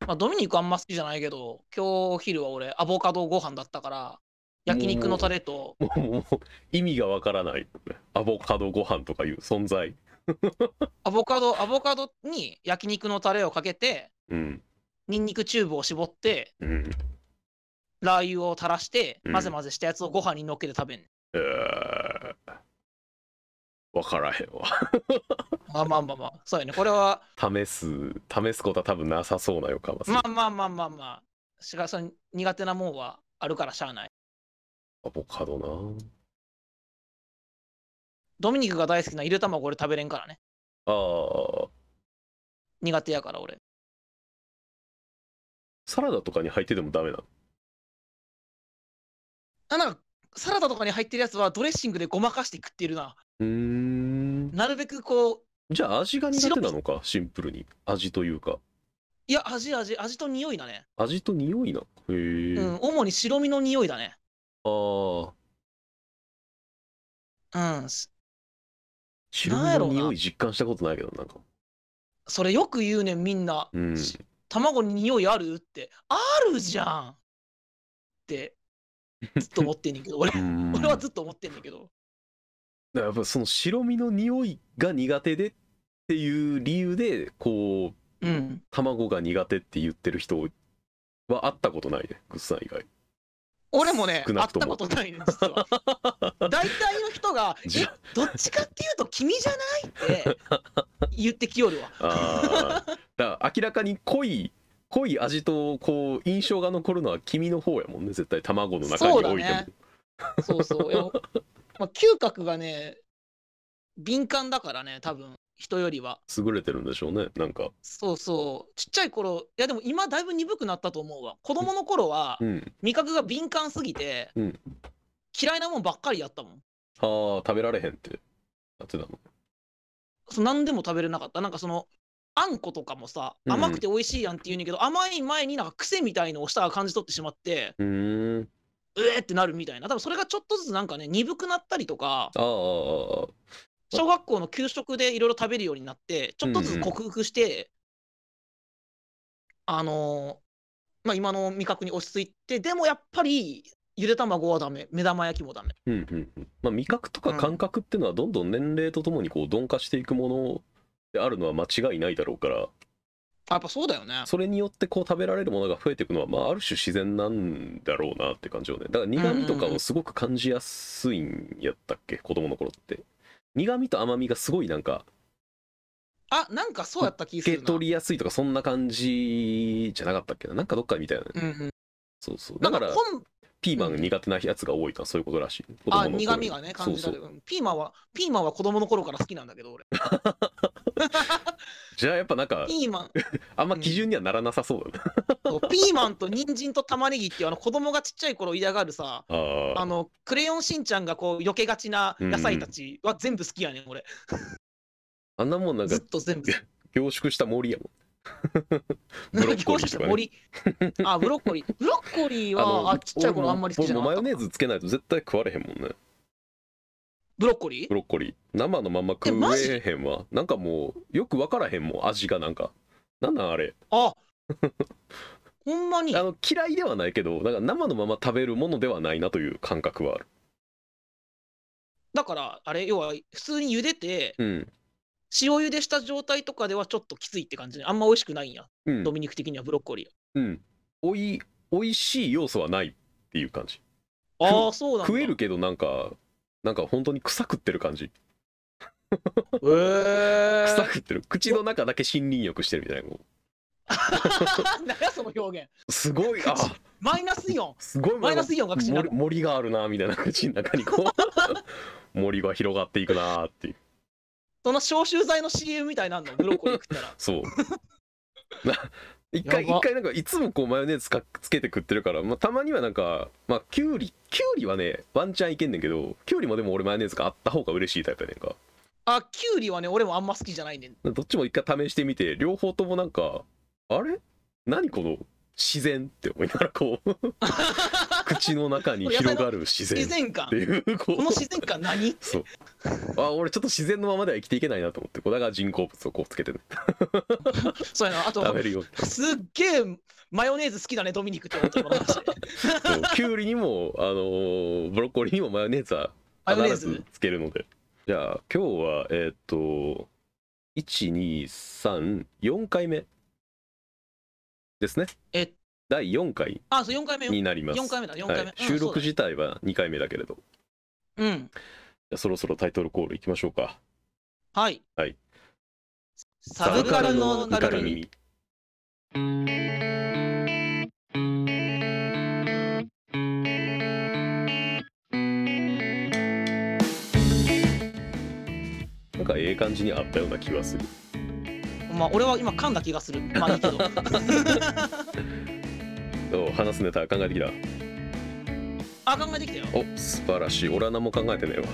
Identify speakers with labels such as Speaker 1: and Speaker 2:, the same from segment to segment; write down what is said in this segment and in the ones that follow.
Speaker 1: まあ、ドミニクあんま好きじゃないけど、今日お昼は俺、アボカドご飯だったから、焼肉のタレと、
Speaker 2: もうもう意味がわからないアボカドご飯とかいう存在
Speaker 1: アボカド、アボカドに焼肉のタレをかけて、
Speaker 2: うん
Speaker 1: ニンニクチューブを絞って、
Speaker 2: うん
Speaker 1: ラー油を垂らして
Speaker 2: う、ん
Speaker 1: 混ぜ混ぜしたやつをご飯に乗っけて食べんね、
Speaker 2: えーわからへんわ
Speaker 1: ん。まあまあまあまあ、そうやね。これは、
Speaker 2: 試す試すことは多分なさそうな予感はする
Speaker 1: まあまあまあまあまあ、しかし、苦手なもんはあるからしゃあない。
Speaker 2: アボカドな
Speaker 1: ドミニクが大好きなゆで卵俺食べれんからね。
Speaker 2: あー
Speaker 1: 苦手やから俺。
Speaker 2: サラダとかに入っててもダメなの
Speaker 1: あ、なんか、サラダとかに入ってるやつはドレッシングでごまかして食ってるな。
Speaker 2: うーん
Speaker 1: なるべくこう、
Speaker 2: じゃあ味が苦手なのかシンプルに味というか
Speaker 1: いや、味、味、味と匂いだね。
Speaker 2: 味と匂いなへえ、
Speaker 1: うん、主に白身の匂いだね。
Speaker 2: あー
Speaker 1: うん、す
Speaker 2: 白身の匂い実感したことないけどなんか
Speaker 1: それよく言うねん、みんな。
Speaker 2: うん
Speaker 1: し卵に匂いあるって、あるじゃんって、 ずっと思ってんねんけど、俺、
Speaker 2: うん
Speaker 1: 俺はずっと思ってんねんけど。
Speaker 2: だからやっぱその白身の匂いが苦手でっていう理由でこう
Speaker 1: うん。
Speaker 2: 卵が苦手って言ってる人は会ったことないねグッズさん以外
Speaker 1: 俺もね、
Speaker 2: 少
Speaker 1: 会
Speaker 2: な
Speaker 1: っ
Speaker 2: くと
Speaker 1: た
Speaker 2: も
Speaker 1: ことないねん、実 は。大体の人が、
Speaker 2: じ
Speaker 1: え、どっちかっていうと君じゃない って言ってきよるわ。
Speaker 2: あ ーだから明らかに濃い濃い味とこう印象が残るのは君の方やもんね絶対卵の中に
Speaker 1: そ
Speaker 2: お
Speaker 1: うだ
Speaker 2: いても
Speaker 1: ねそうそう。いやまあ、嗅覚がね、敏感だからね、多分、人よりは。
Speaker 2: 優れてるんでしょうねなんか
Speaker 1: そうそうちっちゃい頃いやでも今だいぶ鈍くなったと思うわ子供の頃は
Speaker 2: うん
Speaker 1: 味覚が敏感すぎて、
Speaker 2: うん
Speaker 1: 嫌いなもんばっかりやったもん
Speaker 2: あー食べられへんってなってたの
Speaker 1: そう何でも食べれなかったなんかそのあんことかもさ
Speaker 2: うん
Speaker 1: 甘くて美味しいやんって言うねんけど、甘い前になんか癖みたいのを舌が感じ取ってしまって
Speaker 2: うーん
Speaker 1: うえーってなるみたいな多分それがちょっとずつなんかね鈍くなったりとか
Speaker 2: あーあーあー
Speaker 1: 小学校の給食でいろいろ食べるようになってちょっとずつ克服して、あのーまあ今の味覚に落ち着いてでもやっぱりゆで卵はダメ目玉焼きもダメ
Speaker 2: うんうんうんまあ、味覚とか感覚っていうのはどんどん年齢とともにこう鈍化していくものであるのは間違いないだろうから
Speaker 1: あやっぱそうだよね
Speaker 2: それによってこう食べられるものが増えていくのは、まあ、ある種自然なんだろうなって感じをねだから苦味とかをすごく感じやすいんやったっけ子供の頃って苦味と甘みがすごいなんか
Speaker 1: あなんかそうやった気す
Speaker 2: 受
Speaker 1: る
Speaker 2: け
Speaker 1: な
Speaker 2: 取りやすいとかそんな感じじゃなかったっけななんかどっかみたいなね
Speaker 1: うんうん、
Speaker 2: そうそう
Speaker 1: な
Speaker 2: だ
Speaker 1: んか
Speaker 2: か
Speaker 1: ら本
Speaker 2: ピーマン苦手なやつが多いとはそういうことらしい子供の
Speaker 1: あ
Speaker 2: 頃に
Speaker 1: 苦味がね感じられ
Speaker 2: そう
Speaker 1: るうんピーマンはピーマンは子供の頃から好きなんだけど俺
Speaker 2: そうじゃあやっぱなんか
Speaker 1: ピーマン
Speaker 2: あんま基準にはならなさそうだね、
Speaker 1: そうピーマンと人参と玉ねぎっていうあの子供がちっちゃい頃嫌がるさ
Speaker 2: ああ
Speaker 1: あのクレヨンしんちゃんがこう避けがちな野菜たちは全部好きやねん、俺
Speaker 2: あんなもんなん
Speaker 1: ず
Speaker 2: か
Speaker 1: っと全部
Speaker 2: 凝縮した森やもん ブロ
Speaker 1: 何
Speaker 2: ッコリーとかね
Speaker 1: 森あブロッコリーブロッコ リー
Speaker 2: の
Speaker 1: はあちっちゃい頃あんまり好きじゃなかっ
Speaker 2: 俺
Speaker 1: た
Speaker 2: もマヨネーズつけないと絶対食われへんもんね
Speaker 1: ブロッコリー
Speaker 2: ブロッコリー生のまんま食
Speaker 1: えマジ
Speaker 2: えへんわなんかもうよく分からへんもん味がなんかなんなんあれ
Speaker 1: あほんま
Speaker 2: あ
Speaker 1: に
Speaker 2: の嫌いではないけどだから生のまま食べるものではないなという感覚はある
Speaker 1: だからあれ要は普通に茹でて
Speaker 2: うん
Speaker 1: 塩茹でした状態とかではちょっときついって感じであんま美味しくないんや、
Speaker 2: うん
Speaker 1: ドミニク的にはブロッコリー
Speaker 2: うんおいおいしい要素はないっていう感じ
Speaker 1: ああそうなんだ
Speaker 2: 食えるけどなんかなんか本当に草食ってる感じ
Speaker 1: へえ
Speaker 2: 草食ってる口の中だけ森林浴してるみたいなも
Speaker 1: 何やその表現
Speaker 2: うすごいあ
Speaker 1: マイナスイ オン
Speaker 2: すごい
Speaker 1: マイナスイオンが口の中
Speaker 2: 森森があるなみたいな口の中にこ う森が広がっていくなーっていう
Speaker 1: その消臭剤の CM みたいなんのブロッコリー食ったら
Speaker 2: そうな一回
Speaker 1: やば
Speaker 2: 一回なんかいつもこうマヨネーズかつけて食ってるから、まあ、たまにはなんかまあきゅうりきゅうりはねワンチャンいけんねんけどきゅうりもでも俺マヨネーズがあった方が嬉しいタイプやねんか
Speaker 1: あキュウリはね俺もあんま好きじゃないねん
Speaker 2: どっちも一回試してみて両方ともな んかあれ何この自然って思いながらこう口の中に広がる自
Speaker 1: 自
Speaker 2: 然っ
Speaker 1: 然感
Speaker 2: ていうこ
Speaker 1: この
Speaker 2: う
Speaker 1: 自然感何って
Speaker 2: そう あ俺ちょっと自然のままでは生きていけないなと思ってこうだから人工物をこうつけてね
Speaker 1: そうやなあと
Speaker 2: 食べる ように
Speaker 1: すっげえマヨネーズ好きだねドミニクって思ったこの 話
Speaker 2: そうきゅうりにもあのーブロッコリーにもマヨネーズは
Speaker 1: マヨネー
Speaker 2: 必
Speaker 1: ズ
Speaker 2: ずつけるのでじゃあ今日はえーっと1234回目ですね
Speaker 1: え
Speaker 2: 第4回
Speaker 1: あそう4回目よ
Speaker 2: になります
Speaker 1: 4回目だ4回目、
Speaker 2: はい、
Speaker 1: うん
Speaker 2: 収録
Speaker 1: そう
Speaker 2: 自体は2回目だけれど、じ
Speaker 1: だうん
Speaker 2: ゃあそろそろタイトルコールいきましょうか
Speaker 1: はい、
Speaker 2: はい
Speaker 1: サブカルの
Speaker 2: ぬ
Speaker 1: ぬ
Speaker 2: か
Speaker 1: か
Speaker 2: る
Speaker 1: る
Speaker 2: み
Speaker 1: み
Speaker 2: なんかええ感じにあったような気がする
Speaker 1: まあ俺は今噛んだ気がするまあいいけど
Speaker 2: お話すネタ考えてきた
Speaker 1: あ考えてきたよ
Speaker 2: お素晴らしい俺は何も考えてねえわ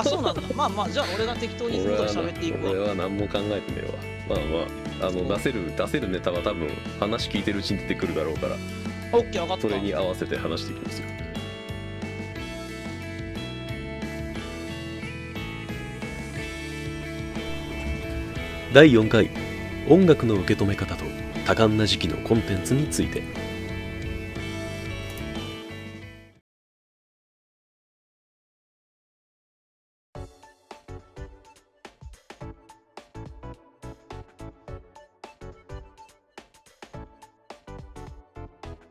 Speaker 1: あそうなんだまあまあじゃあ俺が適当にその時喋っていくわ
Speaker 2: 俺は何も考えてねえわまあまああの出せる出せるネタは多分話聞いてるうちに出てくるだろうから
Speaker 1: オッケー分かった
Speaker 2: それに合わせて話していきますよ第4回音楽の受け止め方と多感な時期のコンテンツについて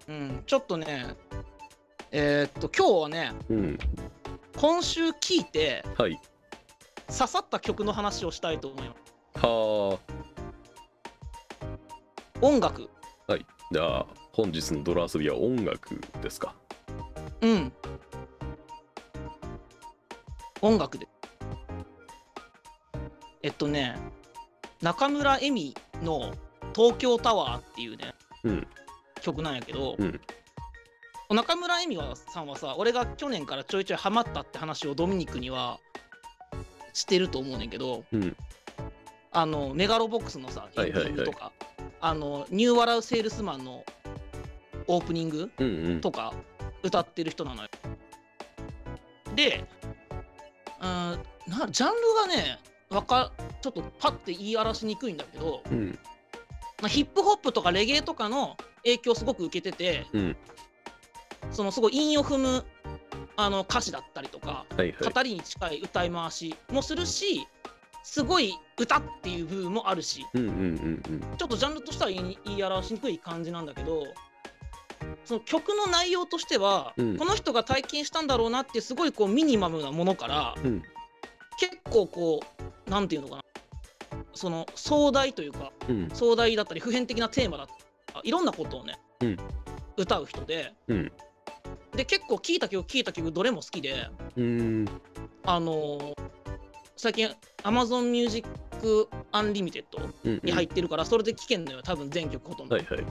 Speaker 1: うん、ちょっとねえーっと今日はね
Speaker 2: うん
Speaker 1: 今週聴いて
Speaker 2: はい
Speaker 1: 刺さった曲の話をしたいと思います
Speaker 2: はあ
Speaker 1: 音楽
Speaker 2: じゃあ本日のドラ遊びは音楽ですか
Speaker 1: うん音楽でえっとね中村恵美の「東京タワー」っていうね、
Speaker 2: うん
Speaker 1: 曲なんやけど、
Speaker 2: うん
Speaker 1: 中村恵美はさんはさ俺が去年からちょいちょいハマったって話をドミニクにはしてると思うねんけど、
Speaker 2: うん
Speaker 1: あのメガロボックスのさエ
Speaker 2: はい
Speaker 1: ン
Speaker 2: は
Speaker 1: デ
Speaker 2: いは
Speaker 1: ィ
Speaker 2: い
Speaker 1: ングとか、あのニュー・ワラウ・セールスマンのオープニング、
Speaker 2: うんうん
Speaker 1: とか歌ってる人なのよ。で、うーんなジャンルがねわかちょっとパッて言い表しにくいんだけど、
Speaker 2: うん
Speaker 1: まあ、ヒップホップとかレゲエとかの影響をすごく受けてて、
Speaker 2: うん
Speaker 1: そのすごい韻を踏むあの歌詞だったりとか
Speaker 2: はいはい
Speaker 1: 語りに近い歌い回しもするし、すごい歌っていう部分もあるし
Speaker 2: うんうんうんうん
Speaker 1: ちょっとジャンルとしては言い言い表しにくい感じなんだけどその曲の内容としては、
Speaker 2: うん
Speaker 1: この人が体験したんだろうなってすごいこうミニマムなものから、
Speaker 2: うん
Speaker 1: 結構こうなんていうのかなその壮大というか
Speaker 2: うん
Speaker 1: 壮大だったり普遍的なテーマだったりいろんなことをね、
Speaker 2: うん
Speaker 1: 歌う人で
Speaker 2: うん
Speaker 1: で結構聴いた曲聴いた曲どれも好きで
Speaker 2: うん
Speaker 1: あのー最近 AmazonMusicUnlimited
Speaker 2: うん
Speaker 1: に入ってるから、それで聴けんのよ多分全曲ほとんど。
Speaker 2: はいはい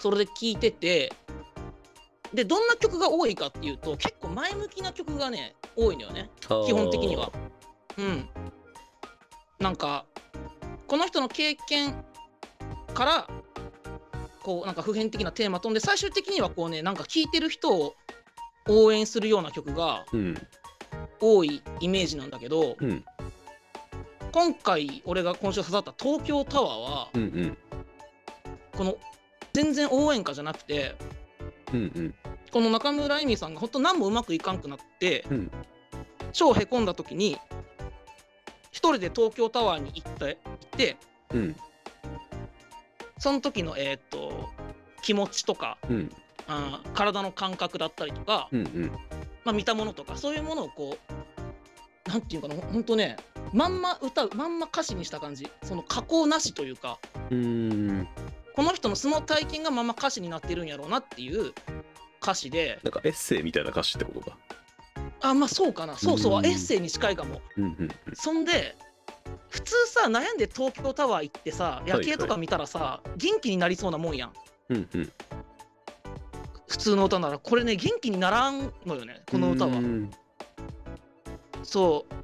Speaker 1: それで聴いててでどんな曲が多いかっていうと結構前向きな曲がね多いのよね基
Speaker 2: 基
Speaker 1: 本的にはうんなんかこの人の経験からこうなんか普遍的なテーマ飛んで最終的にはこうねなんか聴いてる人を応援するような曲が
Speaker 2: うん
Speaker 1: 多いイメージなんだけど、
Speaker 2: うん
Speaker 1: 今回俺が今週刺さった「東京タワー」は
Speaker 2: うんうん
Speaker 1: この全然応援歌じゃなくて
Speaker 2: うんうん
Speaker 1: この中村恵美さんが本当何もうまくいかんくなって、
Speaker 2: うん
Speaker 1: 超へこんだ時に一人で東京タワーに行った行って
Speaker 2: うん
Speaker 1: その時のえーっと気持ちとか、
Speaker 2: うん
Speaker 1: あー体の感覚だったりとか、
Speaker 2: うんうん
Speaker 1: まあ、見たものとかそういうものをこうなんていうかな本当ねまんま歌うまんま歌詞にした感じその加工なしというか
Speaker 2: うーん
Speaker 1: この人のその体験がまんま歌詞になってるんやろうなっていう歌詞で
Speaker 2: なんかエッセイみたいな歌詞ってことか
Speaker 1: あまあそうかなそうそう
Speaker 2: う
Speaker 1: あ
Speaker 2: ん
Speaker 1: エッセイに近いかも。
Speaker 2: うんうん
Speaker 1: そんで普通さ悩んで東京タワー行ってさ夜景とか見たらさ、元気になりそうなもんやん
Speaker 2: うんうん
Speaker 1: 普通の歌ならこれね元気にならんのよねこの歌は
Speaker 2: うん
Speaker 1: そう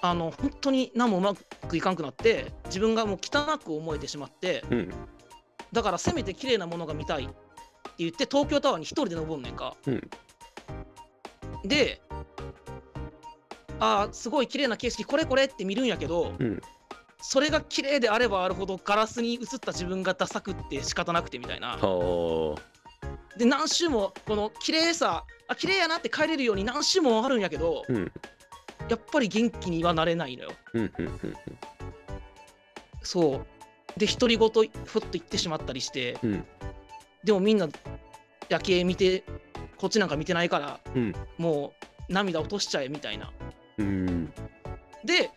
Speaker 1: あの本当に何もうまくいかんくなって自分がもう汚く思えてしまって
Speaker 2: うん
Speaker 1: だからせめて綺麗なものが見たい言って東京タワーに一人で登んねんか、
Speaker 2: うん
Speaker 1: でああすごい綺麗な景色これこれって見るんやけど、
Speaker 2: うん
Speaker 1: それが綺麗であればあるほどガラスに映った自分がダサくって仕方なくてみたいな
Speaker 2: はあ
Speaker 1: で何周もこの綺麗さあ綺麗やなって帰れるように何周もあるんやけど、
Speaker 2: うん
Speaker 1: やっぱり元気にはなれないのよ
Speaker 2: うんうんうん
Speaker 1: そうで独り言ふっと言ってしまったりして、
Speaker 2: うん
Speaker 1: でもみんな夜景見てこっちなんか見てないから、
Speaker 2: うん
Speaker 1: もう涙落としちゃえみたいな
Speaker 2: うん
Speaker 1: で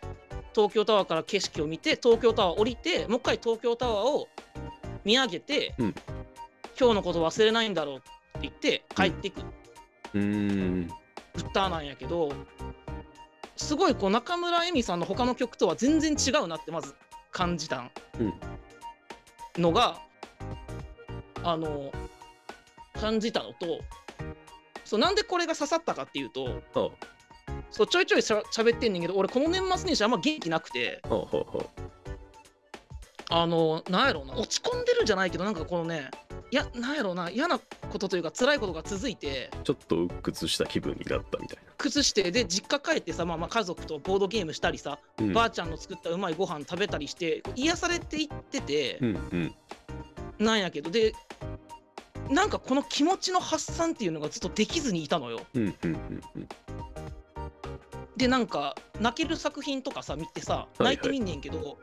Speaker 1: 東京タワーから景色を見て東京タワー降りてもう一回東京タワーを見上げて、
Speaker 2: うん
Speaker 1: 今日のこと忘れないんだろうって言って帰っていく
Speaker 2: うん
Speaker 1: 歌なんやけどすごいこう中村恵美さんの他の曲とは全然違うなってまず感じたのが、あの感じたのとそうなんでこれが刺さったかっていうと
Speaker 2: はあは
Speaker 1: そうちょいちょいしゃ喋ってんねんけど俺この年末年始あんま元気なくて
Speaker 2: あはあは
Speaker 1: あのなんやろうな落ち込んでるんじゃないけどなんかこのねいやなんやろうな嫌なことというか辛いことが続いて
Speaker 2: あちょっと鬱屈した気分になったみたい
Speaker 1: 崩してで実家帰ってさ、まあ、まあ家族とボードゲームしたりさ
Speaker 2: なうん
Speaker 1: ばあちゃんの作ったうまいご飯食べたりして癒されていってて
Speaker 2: うんうん
Speaker 1: なんやけどでなんかこの気持ちの発散っていうのがずっとできずにいたのよ
Speaker 2: うんうんうんうん
Speaker 1: でなんか泣ける作品とかさ見てさ
Speaker 2: いはい
Speaker 1: 泣いてみんねんけど、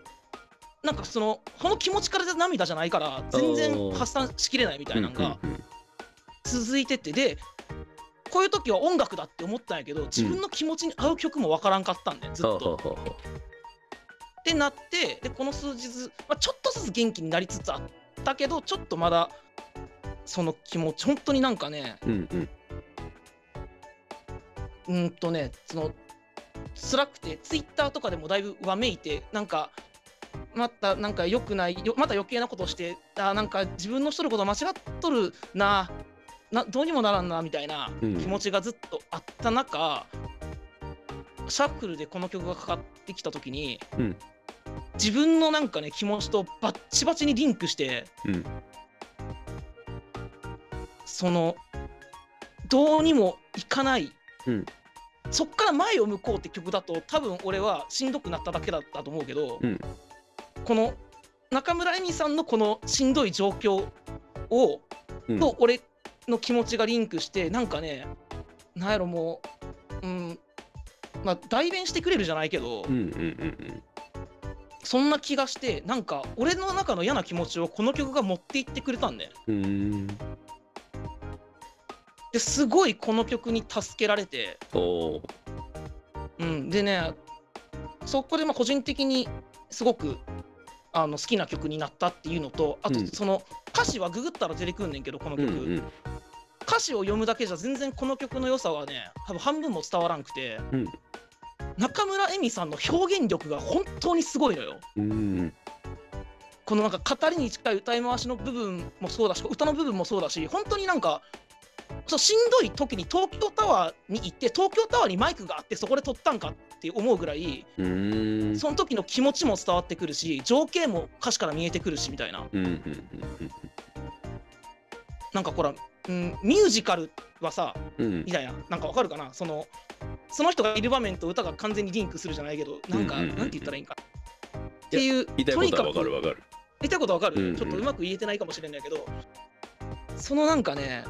Speaker 1: なんかそのこの気持ちからじゃ涙じゃないから全然
Speaker 2: おー
Speaker 1: 発散しきれないみたいなのが
Speaker 2: うんうんうん
Speaker 1: 続いててでこういう時は音楽だって思ったんやけど自分の気持ちに合う曲もわからんかったんだよずっ
Speaker 2: はあ
Speaker 1: と。
Speaker 2: はあはあは
Speaker 1: ってなってでこの数日、まあ、ちょっとずつ元気になりつつあったけどちょっとまだその気持ち本当になんかね
Speaker 2: あうんうん
Speaker 1: うーんとねその辛くてツイッターとかでもだいぶわめいてなんかまたなんか良くないよまた余計なことをしてあーなんか自分のしとること間違っとるななどうにもならんなみたいな
Speaker 2: うん
Speaker 1: 気持ちがずっとあった中、シャッフルでこの曲がかかってきた時に、
Speaker 2: うん
Speaker 1: 自分のなんかね気持ちとバッチバチにリンクして、
Speaker 2: うん
Speaker 1: そのどうにもいかない、
Speaker 2: うん
Speaker 1: そっから前を向こうって曲だと多分俺はしんどくなっただけだったと思うけど、
Speaker 2: うん
Speaker 1: この中村恵美さんのこのしんどい状況を、
Speaker 2: うん
Speaker 1: と俺の気持ちがリンクしてなんかねなんやろもう、うんまあ、代弁してくれるじゃないけど、
Speaker 2: うんうんうん
Speaker 1: そんな気がしてなんか俺の中の嫌な気持ちをこの曲が持っていってくれたんで
Speaker 2: うんうん
Speaker 1: ですごいこの曲に助けられて、
Speaker 2: おー
Speaker 1: うん、でねそこでまあ個人的にすごくあの好きな曲になったっていうのとあと
Speaker 2: うん
Speaker 1: その歌詞はググったら出てくんねんけどこの
Speaker 2: うん
Speaker 1: 曲、
Speaker 2: うん
Speaker 1: 歌詞を読むだけじゃ全然この曲の良さはね多分半分も伝わらんくて、
Speaker 2: うん
Speaker 1: 中村恵美さんの表現力が本当にすごいのよ。
Speaker 2: うん
Speaker 1: このなんか語りに近い歌い回しの部分もそうだし歌の部分もそうだし本当になんかそうしんどい時に東京タワーに行って東京タワーにマイクがあってそこで撮ったんかって思うぐらい
Speaker 2: うん
Speaker 1: その時の気持ちも伝わってくるし情景も歌詞から見えてくるしみたいな
Speaker 2: うんうんうんうん
Speaker 1: なんかほら、うん、ミュージカルはさ
Speaker 2: うん
Speaker 1: みたいななんかわかるかなそのその人がいる場面と歌が完全にリンクするじゃないけどなんか
Speaker 2: うんうんうんうん
Speaker 1: なんて言ったらいいんかなっていう
Speaker 2: 言いた
Speaker 1: と
Speaker 2: いこ
Speaker 1: に
Speaker 2: と
Speaker 1: か
Speaker 2: は
Speaker 1: く
Speaker 2: わかるわかる
Speaker 1: 言いたいことわかる、
Speaker 2: うんうん
Speaker 1: ちょっとうまく言えてないかもしれないけどそのなんかね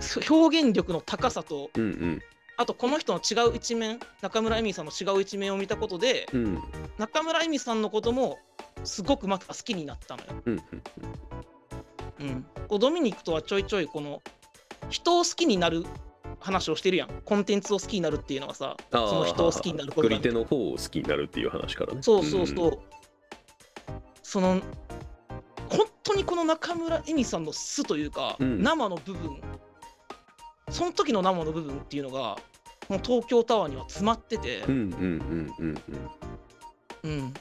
Speaker 1: そ表現力の高さと
Speaker 2: うん
Speaker 1: あとこの人の違う一面中村恵美さんの違う一面を見たことで
Speaker 2: うんうん
Speaker 1: 中村恵美さんのこともすごくまた好きになったのよ。
Speaker 2: うん
Speaker 1: うん、こうドミニクとはちょいちょいこの人を好きになる話をしてるやんコンテンツを好きになるっていうのはさ
Speaker 2: あー
Speaker 1: その人を好きになること
Speaker 2: 作
Speaker 1: だ
Speaker 2: り手の方を好きになるっていう話からね
Speaker 1: そうそうそう、
Speaker 2: ん
Speaker 1: その本当にこの中村恵美さんの素というか、
Speaker 2: うん
Speaker 1: 生の部分その時の生の部分っていうのがこの東京タワーには詰まってて、
Speaker 2: うんうんうんうんうん
Speaker 1: うん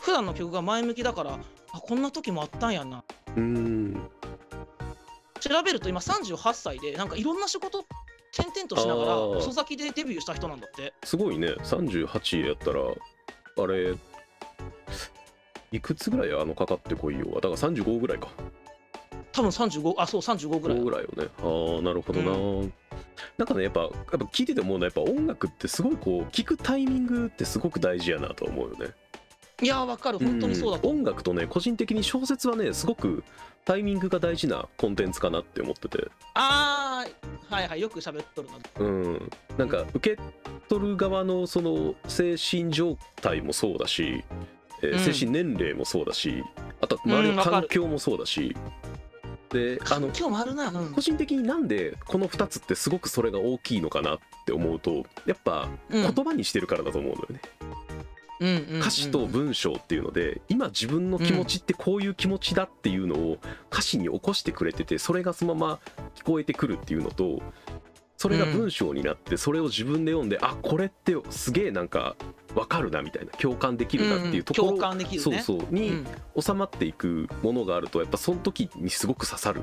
Speaker 1: 普段の曲が前向きだからあこんな時もあったんやな
Speaker 2: うん
Speaker 1: 調べると今38歳でなんかいろんな仕事転々としながら
Speaker 2: あー
Speaker 1: 遅咲きでデビューした人なんだって
Speaker 2: すごいね38やったらあれいくつぐらいあのかかってこいよはだから35ぐらいか
Speaker 1: 多分35あそう35ぐらい
Speaker 2: ぐらいよねああなるほどな、なんかねやっぱやっぱ聞いてて思うのはやっぱ音楽ってすごいこう聞くタイミングってすごく大事やなと思うよね
Speaker 1: いやーわかる本当にそうだと
Speaker 2: ん
Speaker 1: 思う、
Speaker 2: 音楽とね個人的に小説はねすごくタイミングが大事なコンテンツかなって思ってて
Speaker 1: ああはいはいよく喋っとるな
Speaker 2: うんなんか受け取る側のその精神状態もそうだし、えー
Speaker 1: うん
Speaker 2: 精神年齢もそうだしあとは
Speaker 1: うん
Speaker 2: 周りの
Speaker 1: わかる
Speaker 2: 環境もそうだし、であの
Speaker 1: 今日もあるな、うん
Speaker 2: 個人的になんでこの2つってすごくそれが大きいのかなって思うとやっぱ
Speaker 1: うん
Speaker 2: 言葉にしてるからだと思うのよね、
Speaker 1: うんうんうん
Speaker 2: 歌詞と文章っていうので今自分の気持ちってこういう気持ちだっていうのを歌詞に起こしてくれててそれがそのまま聞こえてくるっていうのとそれが文章になってそれを自分で読んで、あこれってすげえなんか分かるなみたいな共感できるなっていうところ、
Speaker 1: ん共感できるね
Speaker 2: そうそう
Speaker 1: う
Speaker 2: に
Speaker 1: ん
Speaker 2: 収まっていくものがあるとやっぱその時にすごく刺さる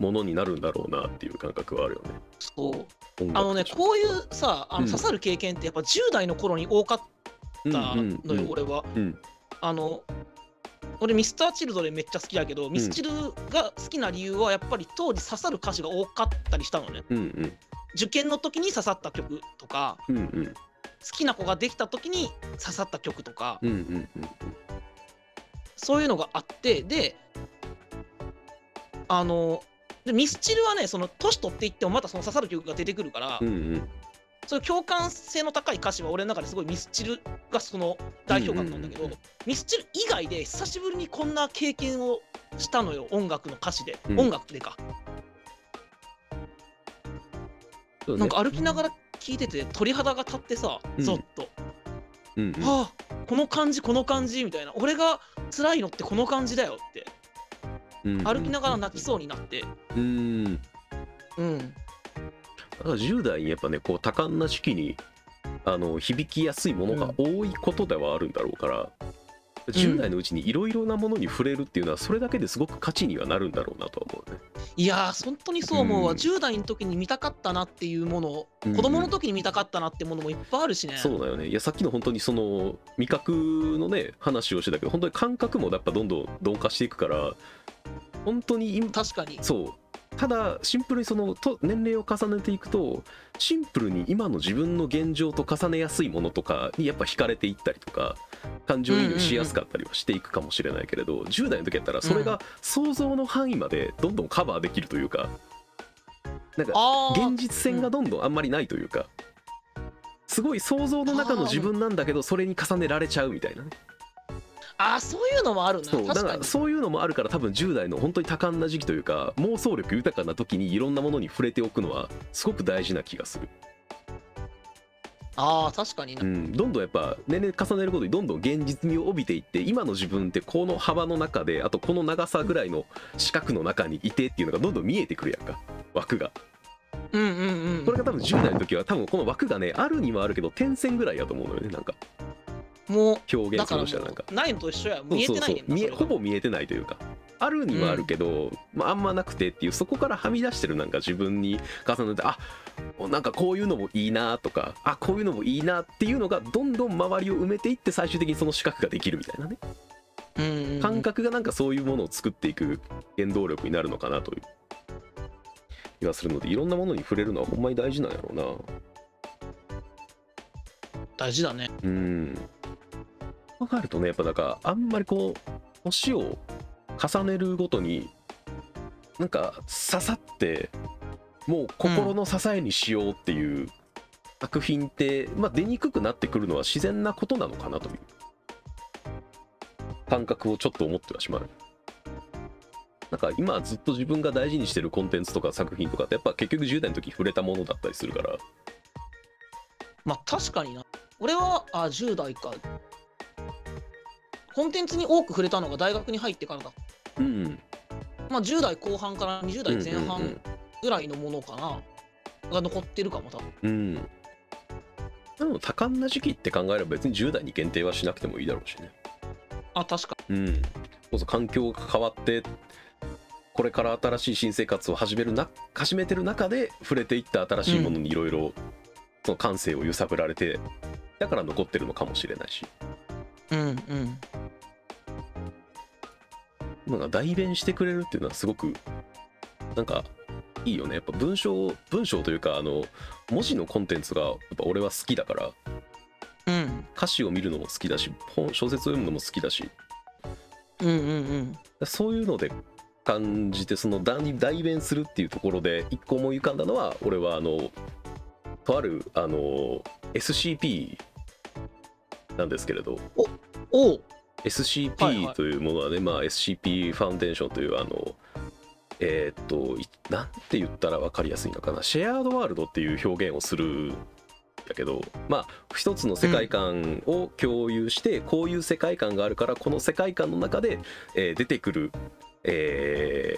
Speaker 2: ものになるんだろうなっていう感覚はあるよね。
Speaker 1: そう
Speaker 2: 音楽
Speaker 1: あのね
Speaker 2: として
Speaker 1: こういうさあ
Speaker 2: う
Speaker 1: の
Speaker 2: ん
Speaker 1: 刺さる経験ってやっぱ10代の頃に多かった
Speaker 2: うんうんう
Speaker 1: のよ
Speaker 2: ん
Speaker 1: 俺は
Speaker 2: うん
Speaker 1: あの俺ミスターチルドレンめっちゃ好きだけどミスチルが好きな理由はやっぱり当時刺さる歌詞が多かったりしたのね
Speaker 2: うんうん
Speaker 1: 受験の時に刺さった曲とか
Speaker 2: うんうん
Speaker 1: 好きな子ができた時に刺さった曲とか
Speaker 2: うんうんうん
Speaker 1: そういうのがあってであのでミスチルはねその年取っていってもまたその刺さる曲が出てくるから、
Speaker 2: うんうん
Speaker 1: そういう共感性の高い歌詞は俺の中ですごいミスチルがその代表格なんだけど、
Speaker 2: うんうんうん
Speaker 1: ミスチル以外で久しぶりにこんな経験をしたのよ音楽の歌詞で、
Speaker 2: うん
Speaker 1: 音楽でか、
Speaker 2: そうね
Speaker 1: なんか歩きながら聴いてて鳥肌が立ってさ
Speaker 2: うん
Speaker 1: ゾッと、
Speaker 2: うんうん
Speaker 1: はあこの感じこの感じみたいな俺が辛いのってこの感じだよって歩きながら泣きそうになって
Speaker 2: うんだ
Speaker 1: うん
Speaker 2: から10代にやっぱねこう多感な時期にあの響きやすいものが多いことではあるんだろうから、10代のうちにいろいろなものに触れるっていうのはそれだけですごく価値にはなるんだろうなとは思うね。
Speaker 1: いやー本当にそう思うわ、
Speaker 2: うん
Speaker 1: 10代の時に見たかったなっていうものを
Speaker 2: うんうん
Speaker 1: 子供の時に見たかったなってものもいっぱいあるしね、
Speaker 2: そうだよねいやさっきの本当にその味覚のね話をしてたけど本当に感覚もやっぱどんどん鈍化していくから本当に今
Speaker 1: 確かに
Speaker 2: そうただシンプルにそのと年齢を重ねていくとシンプルに今の自分の現状と重ねやすいものとかにやっぱ惹かれていったりとか感情移入しやすかったりはしていくかもしれないけれど、10代の時やったらそれが想像の範囲までどんどんカバーできるというかなんか
Speaker 1: あー
Speaker 2: 現実線がどんどんあんまりないというか、すごい想像の中の自分なんだけどそれに重ねられちゃうみたいなね
Speaker 1: あーそういうのもあるな
Speaker 2: そう
Speaker 1: 確
Speaker 2: だか
Speaker 1: からに
Speaker 2: そういうのもあるから多分10代の本当に多感な時期というか妄想力豊かな時にいろんなものに触れておくのはすごく大事な気がする、
Speaker 1: ああ確かにな、
Speaker 2: うん、どんどんやっぱ年齢重ねることにどんどん現実味を帯びていって今の自分ってこの幅の中であとこの長さぐらいの四角の中にいてっていうのがどんどん見えてくるやんか枠が
Speaker 1: うん、うんうん
Speaker 2: これが多分10代の時は多分この枠がねあるにはあるけど点線ぐらいやと思うのよねなんか
Speaker 1: もう
Speaker 2: 表
Speaker 1: だから
Speaker 2: 現すると
Speaker 1: も
Speaker 2: したらなんか
Speaker 1: うないのと一緒や
Speaker 2: そう
Speaker 1: 見えてないねんな
Speaker 2: そうそう見え
Speaker 1: それが
Speaker 2: ほぼ見えてないというかあるにはあるけど、まあ、あんまなくてっていうそこからはみ出してるなんか自分に重ねてあなんかこういうのもいいなとかあこういうのもいいなっていうのがどんどん周りを埋めていって最終的にその資格ができるみたいなね
Speaker 1: うんうんうん
Speaker 2: 感覚がなんかそういうものを作っていく原動力になるのかなという気がするのでいろんなものに触れるのはほんまに大事なんやろうな
Speaker 1: 大事だね
Speaker 2: うん。わかるとね、やっぱだから、あんまりこう、年を重ねるごとに、なんか刺さって、もう心の支えにしようっていう作品って、まあ出にくくなってくるのは自然なことなのかなという感覚をちょっと思ってはしまう。なんか今ずっと自分が大事にしてるコンテンツとか作品とかってやっぱ結局10代の時触れたものだったりするから
Speaker 1: まあ確かにな俺はあ10代かコンテンツに多く触れたのが大学に入ってからだ、
Speaker 2: うん
Speaker 1: まあ、10代後半から20代前
Speaker 2: うんうんうん
Speaker 1: 半ぐらいのものかな、が残ってるかも多分
Speaker 2: うん。でも多感な時期って考えれば別に10代に限定はしなくてもいいだろうしね。
Speaker 1: あ確か
Speaker 2: うん。そうそう環境が変わってこれから新しい新生活を始めるな始めてる中で触れていった新しいものにいろいろその感性を揺さぶられてだから残ってるのかもしれないし。
Speaker 1: にうんうん
Speaker 2: なんか代弁してくれるっていうのはすごくなんかいいよねやっぱ文章文章というかあの文字のコンテンツがやっぱ俺は好きだから
Speaker 1: うん
Speaker 2: 歌詞を見るのも好きだし本小説を読むのも好きだし
Speaker 1: うんうん
Speaker 2: そういうので感じてその代代弁するっていうところで一個思い浮かんだのは俺はあのとあるあの SCP なんですけれど
Speaker 1: おう
Speaker 2: SCP、
Speaker 1: はいはい
Speaker 2: というものはね、まあ、SCP ファウンデーションというあのえーっといなんて言ったら分かりやすいのかなシェアードワールドっていう表現をするんだけどまあ一つの世界観を共有して、こういう世界観があるからこの世界観の中で、えー出てくる、え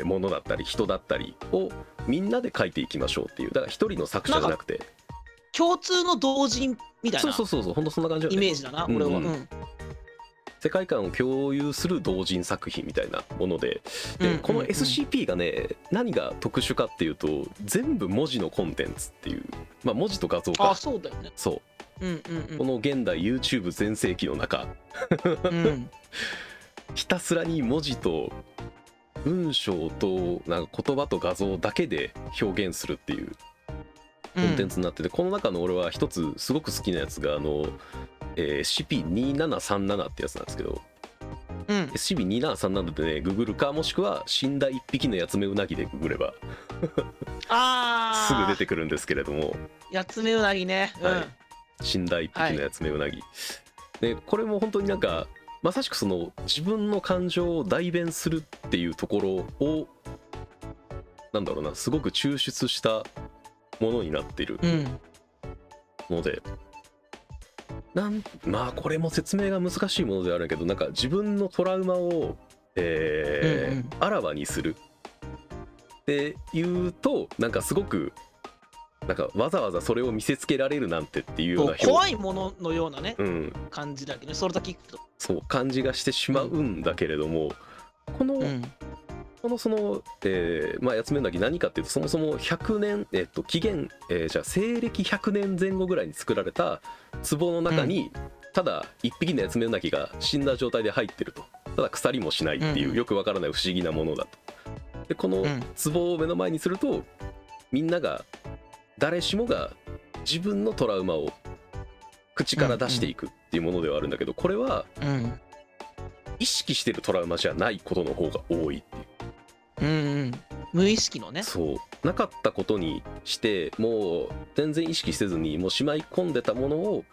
Speaker 2: ーものだったり人だったりをみんなで書いていきましょうっていうだから一人の作者じゃなくて
Speaker 1: 共通の同人みたい
Speaker 2: そう
Speaker 1: な
Speaker 2: そうそうそうほんとそんな感じだ
Speaker 1: イ
Speaker 2: よね
Speaker 1: メージだな俺は
Speaker 2: う
Speaker 1: うんん
Speaker 2: う世界観を共有する同人作品みたいなものでで、
Speaker 1: うん
Speaker 2: この
Speaker 1: うんうん
Speaker 2: SCP がね何が特殊かっていうと全部文字のコンテンツっていう、まあ、文字と画像
Speaker 1: あ
Speaker 2: か
Speaker 1: そうだよね
Speaker 2: そ
Speaker 1: うんう
Speaker 2: うんこの現代 YouTube 全盛期の中
Speaker 1: うんうん
Speaker 2: ひたすらに文字と文章となんか言葉と画像だけで表現するっていう
Speaker 1: う
Speaker 2: コンテン
Speaker 1: ん
Speaker 2: ツになってて、この中の俺は一つすごく好きなやつがあの、えー CP2737 ってやつなんですけど
Speaker 1: うん
Speaker 2: SCP2737 でねググるかもしくは死んだ1匹のヤツメウナギでググれば
Speaker 1: あ
Speaker 2: す
Speaker 1: あ
Speaker 2: ぐ出てくるんですけれども
Speaker 1: やつめうなぎねうん
Speaker 2: はい死んだ1匹のやつめうなぎ、でこれも本当になんかまさしくその自分の感情を代弁するっていうところをなんだろうなすごく抽出したものになっている
Speaker 1: うん
Speaker 2: ので、なんまあこれも説明が難しいものではあるけどなんか自分のトラウマを、えー
Speaker 1: うんうん
Speaker 2: あらわにするっていうとなんかすごくなんかわざわざそれを見せつけられるなんてっていうような表
Speaker 1: 怖いもののようなね
Speaker 2: うん、
Speaker 1: 感じだけどねそれだけ聞くと
Speaker 2: そう感じがしてしまうんだけれども、この、
Speaker 1: うん
Speaker 2: このその、えーまあ、やつめんだぎ何かっていうとそもそも100年、えっと紀元、えーじゃあ西暦100年前後ぐらいに作られた壺の中に、ただ1匹のやつめんだぎが死んだ状態で入ってるとただ腐りもしないっていう、
Speaker 1: うん
Speaker 2: よくわからない不思議なものだとでこの
Speaker 1: うん
Speaker 2: 壺を目の前にするとみんなが誰しもが自分のトラウマを口から出していくっていうものではあるんだけどこれは
Speaker 1: うん
Speaker 2: 意識してるトラウマじゃないことの方が多いっ
Speaker 1: う
Speaker 2: ていう
Speaker 1: んうん無意識のね
Speaker 2: そうなかったことにしてもう全然意識せずにもうしまい込んでたものを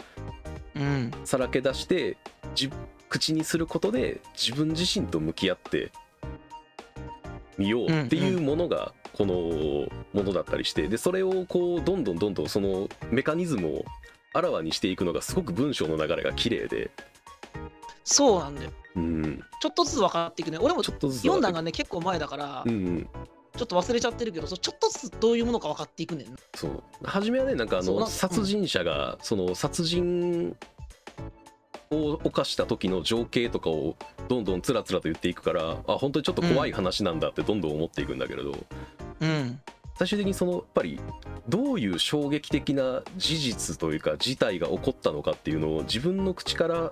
Speaker 1: うん
Speaker 2: さらけ出してじ口にすることで自分自身と向き合ってみようっていうものがこのものだったりしてでそれをこうどんどんどんどんそのメカニズムをあらわにしていくのがすごく文章の流れが綺麗で
Speaker 1: そうなんだよ
Speaker 2: うん
Speaker 1: ちょっとずつ分かっていくね俺も
Speaker 2: ちょっとずつ
Speaker 1: 読んだんがね結構前だから
Speaker 2: うんうん
Speaker 1: ちょっと忘れちゃってるけどそうちょっとずつどういうものか分かっていくねんな
Speaker 2: そう初めはねなんかあ
Speaker 1: そうなん
Speaker 2: の
Speaker 1: かうん
Speaker 2: 殺人者がその殺人を犯した時の情景とかをどんどんつらつらと言っていくからあ本当にちょっと怖い話なんだってどんどん思っていくんだけれど、
Speaker 1: うん
Speaker 2: 最終的にそのやっぱりどういう衝撃的な事実というか事態が起こったのかっていうのを自分の口から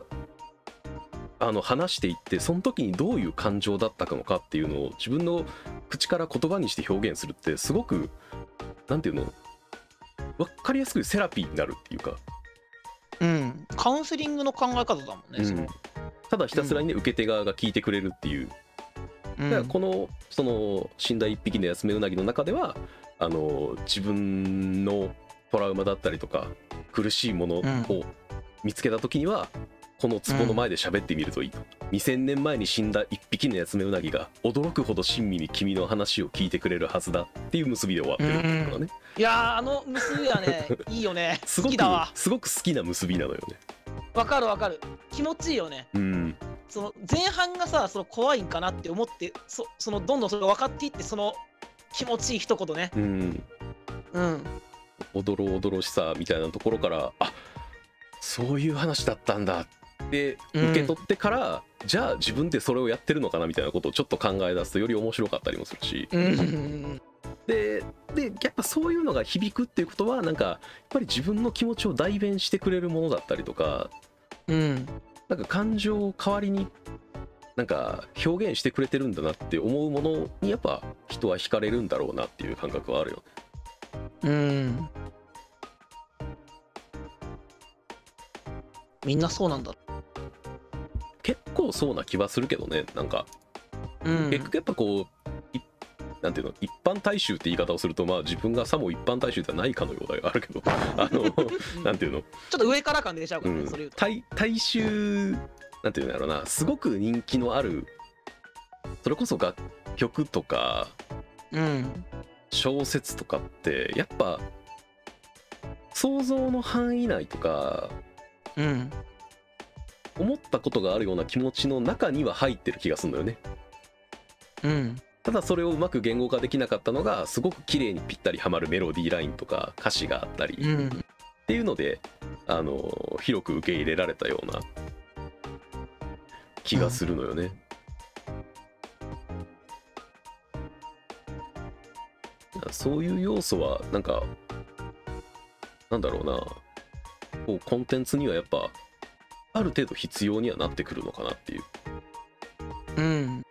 Speaker 2: あの話していってその時にどういう感情だったのかっていうのを自分の口から言葉にして表現するってすごくなんていうの分かりやすくセラピーになるっていうか、
Speaker 1: うんカウンセリングの考え方だもんねその
Speaker 2: ただひたすらにね受け手側が聞いてくれるっていう
Speaker 1: うん
Speaker 2: だからこのその死んだ一匹のヤスメウナギの中ではあの自分のトラウマだったりとか苦しいも
Speaker 1: う
Speaker 2: の
Speaker 1: ん
Speaker 2: を見つけた時には、この壺の前で喋ってみるといいと、2000年前に死んだ一匹のヤスメウナギが驚くほど親身に君の話を聞いてくれるはずだっていう結びで終わってるっていうのがね、
Speaker 1: いやーあの結びはねいいよね
Speaker 2: す
Speaker 1: 好
Speaker 2: ごく
Speaker 1: きだわ
Speaker 2: すごく好きな結びなのよね。
Speaker 1: わかるわかる気持ちいいよね
Speaker 2: うん
Speaker 1: その前半がさその怖いんかなって思ってそそのどんどんそれが分かっていってその気持ちいい一言ね
Speaker 2: うん
Speaker 1: うん
Speaker 2: おどろおどろしさみたいなところからあそういう話だったんだって
Speaker 1: うん
Speaker 2: 受け取ってから、じゃあ自分でそれをやってるのかなみたいなことをちょっと考え出すとより面白かったりもするし
Speaker 1: うんうん
Speaker 2: ででやっぱそういうのが響くっていうことはなんかやっぱり自分の気持ちを代弁してくれるものだったりとか
Speaker 1: うん
Speaker 2: なんか感情を代わりになんか表現してくれてるんだなって思うものにやっぱ人は惹かれるんだろうなっていう感覚はあるよね
Speaker 1: うんみんなそうなんだ、
Speaker 2: 結構そうな気はするけどねなんか
Speaker 1: うん、
Speaker 2: 結局やっぱこういなんていうの一般大衆って言い方をするとまあ自分がさも一般大衆ではないかのようであるけどあ の
Speaker 1: うん
Speaker 2: なんていうの、
Speaker 1: ちょっと上から感出ちゃうか
Speaker 2: う
Speaker 1: らね、
Speaker 2: ん
Speaker 1: それ言う、と
Speaker 2: 大大衆なんていうんだろうなすごく人気のあるそれこそ楽曲とか
Speaker 1: うん
Speaker 2: 小説とかってやっぱ想像の範囲内とか
Speaker 1: うん
Speaker 2: 思ったことがあるような気持ちの中には入ってる気がするんだよね
Speaker 1: うん
Speaker 2: ただそれをうまく言語化できなかったのがすごく綺麗にぴったりはまるメロディーラインとか歌詞があったり
Speaker 1: う
Speaker 2: っ
Speaker 1: ん
Speaker 2: ていうので、あの広く受け入れられたような気がするのよね。そういう要素はなんかなんだろうなこうコンテンツにはやっぱある程度必要にはなってくるのかなっていう
Speaker 1: うん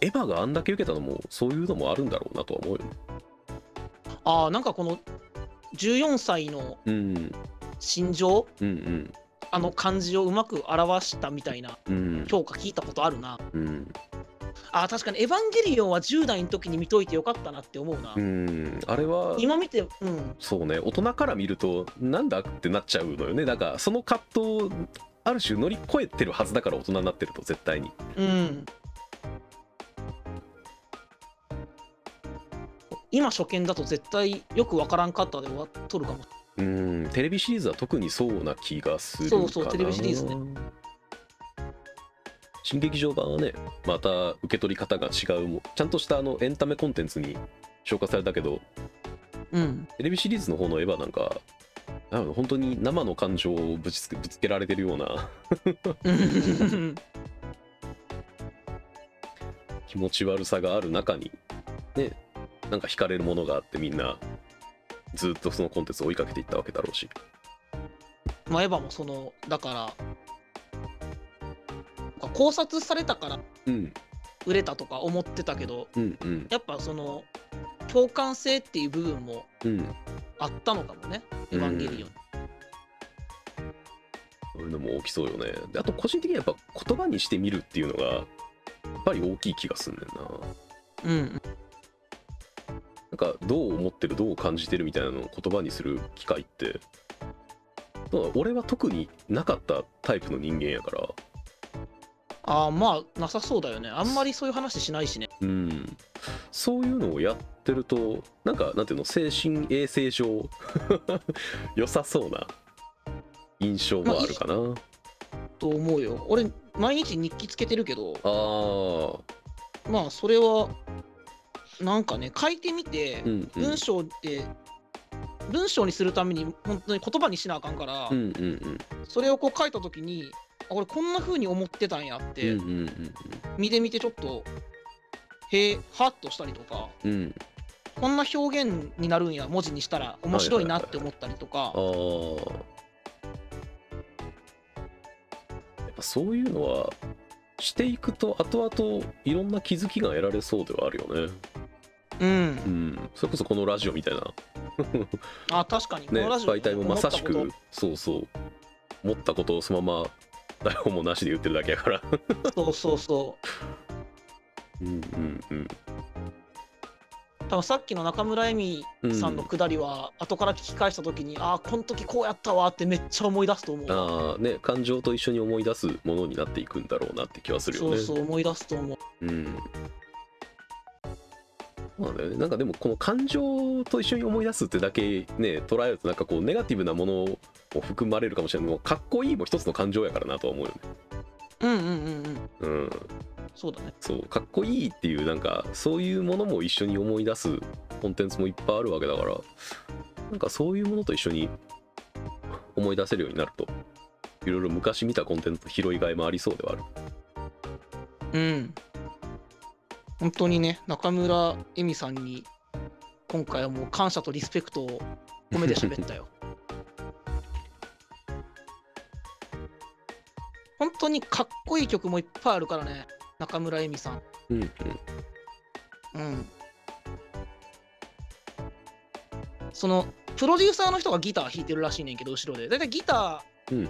Speaker 2: エヴァがあんだけ受けたのもそういうのもあるんだろうなとは思うよね。
Speaker 1: ああなんかこの14歳の
Speaker 2: うん
Speaker 1: 心情
Speaker 2: うん
Speaker 1: あの感じをうまく表したみたいな
Speaker 2: うんうん
Speaker 1: 評価聞いたことあるな
Speaker 2: うん
Speaker 1: あー確かに「エヴァンゲリオン」は10代の時に見といてよかったなって思うな、
Speaker 2: うんあれは
Speaker 1: 今見てうん
Speaker 2: そうね大人から見るとなんだってなっちゃうのよねだからその葛藤をある種乗り越えてるはずだから大人になってると絶対に
Speaker 1: うん今初見だと絶対よくわからんかったで終わっとるかも
Speaker 2: うんテレビシリーズは特にそうな気がするかな
Speaker 1: そうそうテレビシリーズね
Speaker 2: 新劇場版はねまた受け取り方が違うもちゃんとしたあのエンタメコンテンツに消化されたけど
Speaker 1: うん
Speaker 2: テレビシリーズの方のエヴァなんかなんだろう本当に生の感情をぶちつけぶつけられてるような
Speaker 1: うん
Speaker 2: 気持ち悪さがある中にねなんか惹かれるものがあってみんなずっとそのコンテンツを追いかけていったわけだろうし
Speaker 1: まあエヴァもそのだからなんか考察されたから
Speaker 2: うん
Speaker 1: 売れたとか思ってたけど
Speaker 2: うんうん
Speaker 1: やっぱその共感性っていう部分も
Speaker 2: うん
Speaker 1: あったのかもね「エヴァンゲリオン」
Speaker 2: そういうのも大きそうよねであと個人的にはやっぱ言葉にしてみるっていうのがやっぱり大きい気がすんねんな
Speaker 1: うん
Speaker 2: なんかどう思ってるどう感じてるみたいなのを言葉にする機会ってそうだ俺は特になかったタイプの人間やから
Speaker 1: ああまあなさそうだよねあんまりそういう話しないしね
Speaker 2: うん、そういうのをやってるとなんかなんていうの精神衛生上 良さそうな印象はあるかな、
Speaker 1: と思うよ俺毎日日記つけてるけど
Speaker 2: あー
Speaker 1: まあそれはなんかね書いてみて
Speaker 2: うんうん
Speaker 1: 文章って文章にするために本当に言葉にしなあかんから
Speaker 2: うんうんうん
Speaker 1: それをこう書いた時にあ俺こんな風に思ってたんやっ
Speaker 2: うん
Speaker 1: て
Speaker 2: うん
Speaker 1: 見てみてちょっとへえはっとしたりとか
Speaker 2: うんうん
Speaker 1: こんな表現になるんや文字にしたら面白いなって思ったりとか
Speaker 2: あーやっぱそういうのはしていくと後々いろんな気づきが得られそうではあるよね
Speaker 1: うん
Speaker 2: うんそれこそこのラジオみたいな
Speaker 1: あ確かにこ
Speaker 2: ね、
Speaker 1: のラジオ
Speaker 2: 媒体もまさし
Speaker 1: 思っ
Speaker 2: くそうそう思ったことをそのまま台本もなしで言ってるだけやから
Speaker 1: たことそうそうそ
Speaker 2: うんうんうん
Speaker 1: う多分さっきの中村恵美
Speaker 2: うん
Speaker 1: さんのくだりは後から聞き返した時に、ああこの時こうやったわってめっちゃ思い出すと思う
Speaker 2: あーね感情と一緒に思い出すものになっていくんだろうなって気はするよ
Speaker 1: そ
Speaker 2: ね
Speaker 1: うそう思い出すと思う
Speaker 2: うんそうなんだよねなんかでもこの感情と一緒に思い出すってだけね捉えるとなんかこうネガティブなものも含まれるかもしれないもうかっこいいも一つの感情やからなとは思うよね
Speaker 1: うんうんうんうん
Speaker 2: うん
Speaker 1: そうだね
Speaker 2: そうかっこいいっていうなんかそういうものも一緒に思い出すコンテンツもいっぱいあるわけだからなんかそういうものと一緒に思い出せるようになるといろいろ昔見たコンテンツの拾いがいもありそうではある
Speaker 1: うん本当にね中村恵美さんに今回はもう感謝とリスペクトを込めて 喋ったよ本当にかっこいい曲もいっぱいあるからね中村恵美さん
Speaker 2: うんうん
Speaker 1: うんそのプロデューサーの人がギター弾いてるらしいねんけど後ろでだいたいギター、
Speaker 2: うん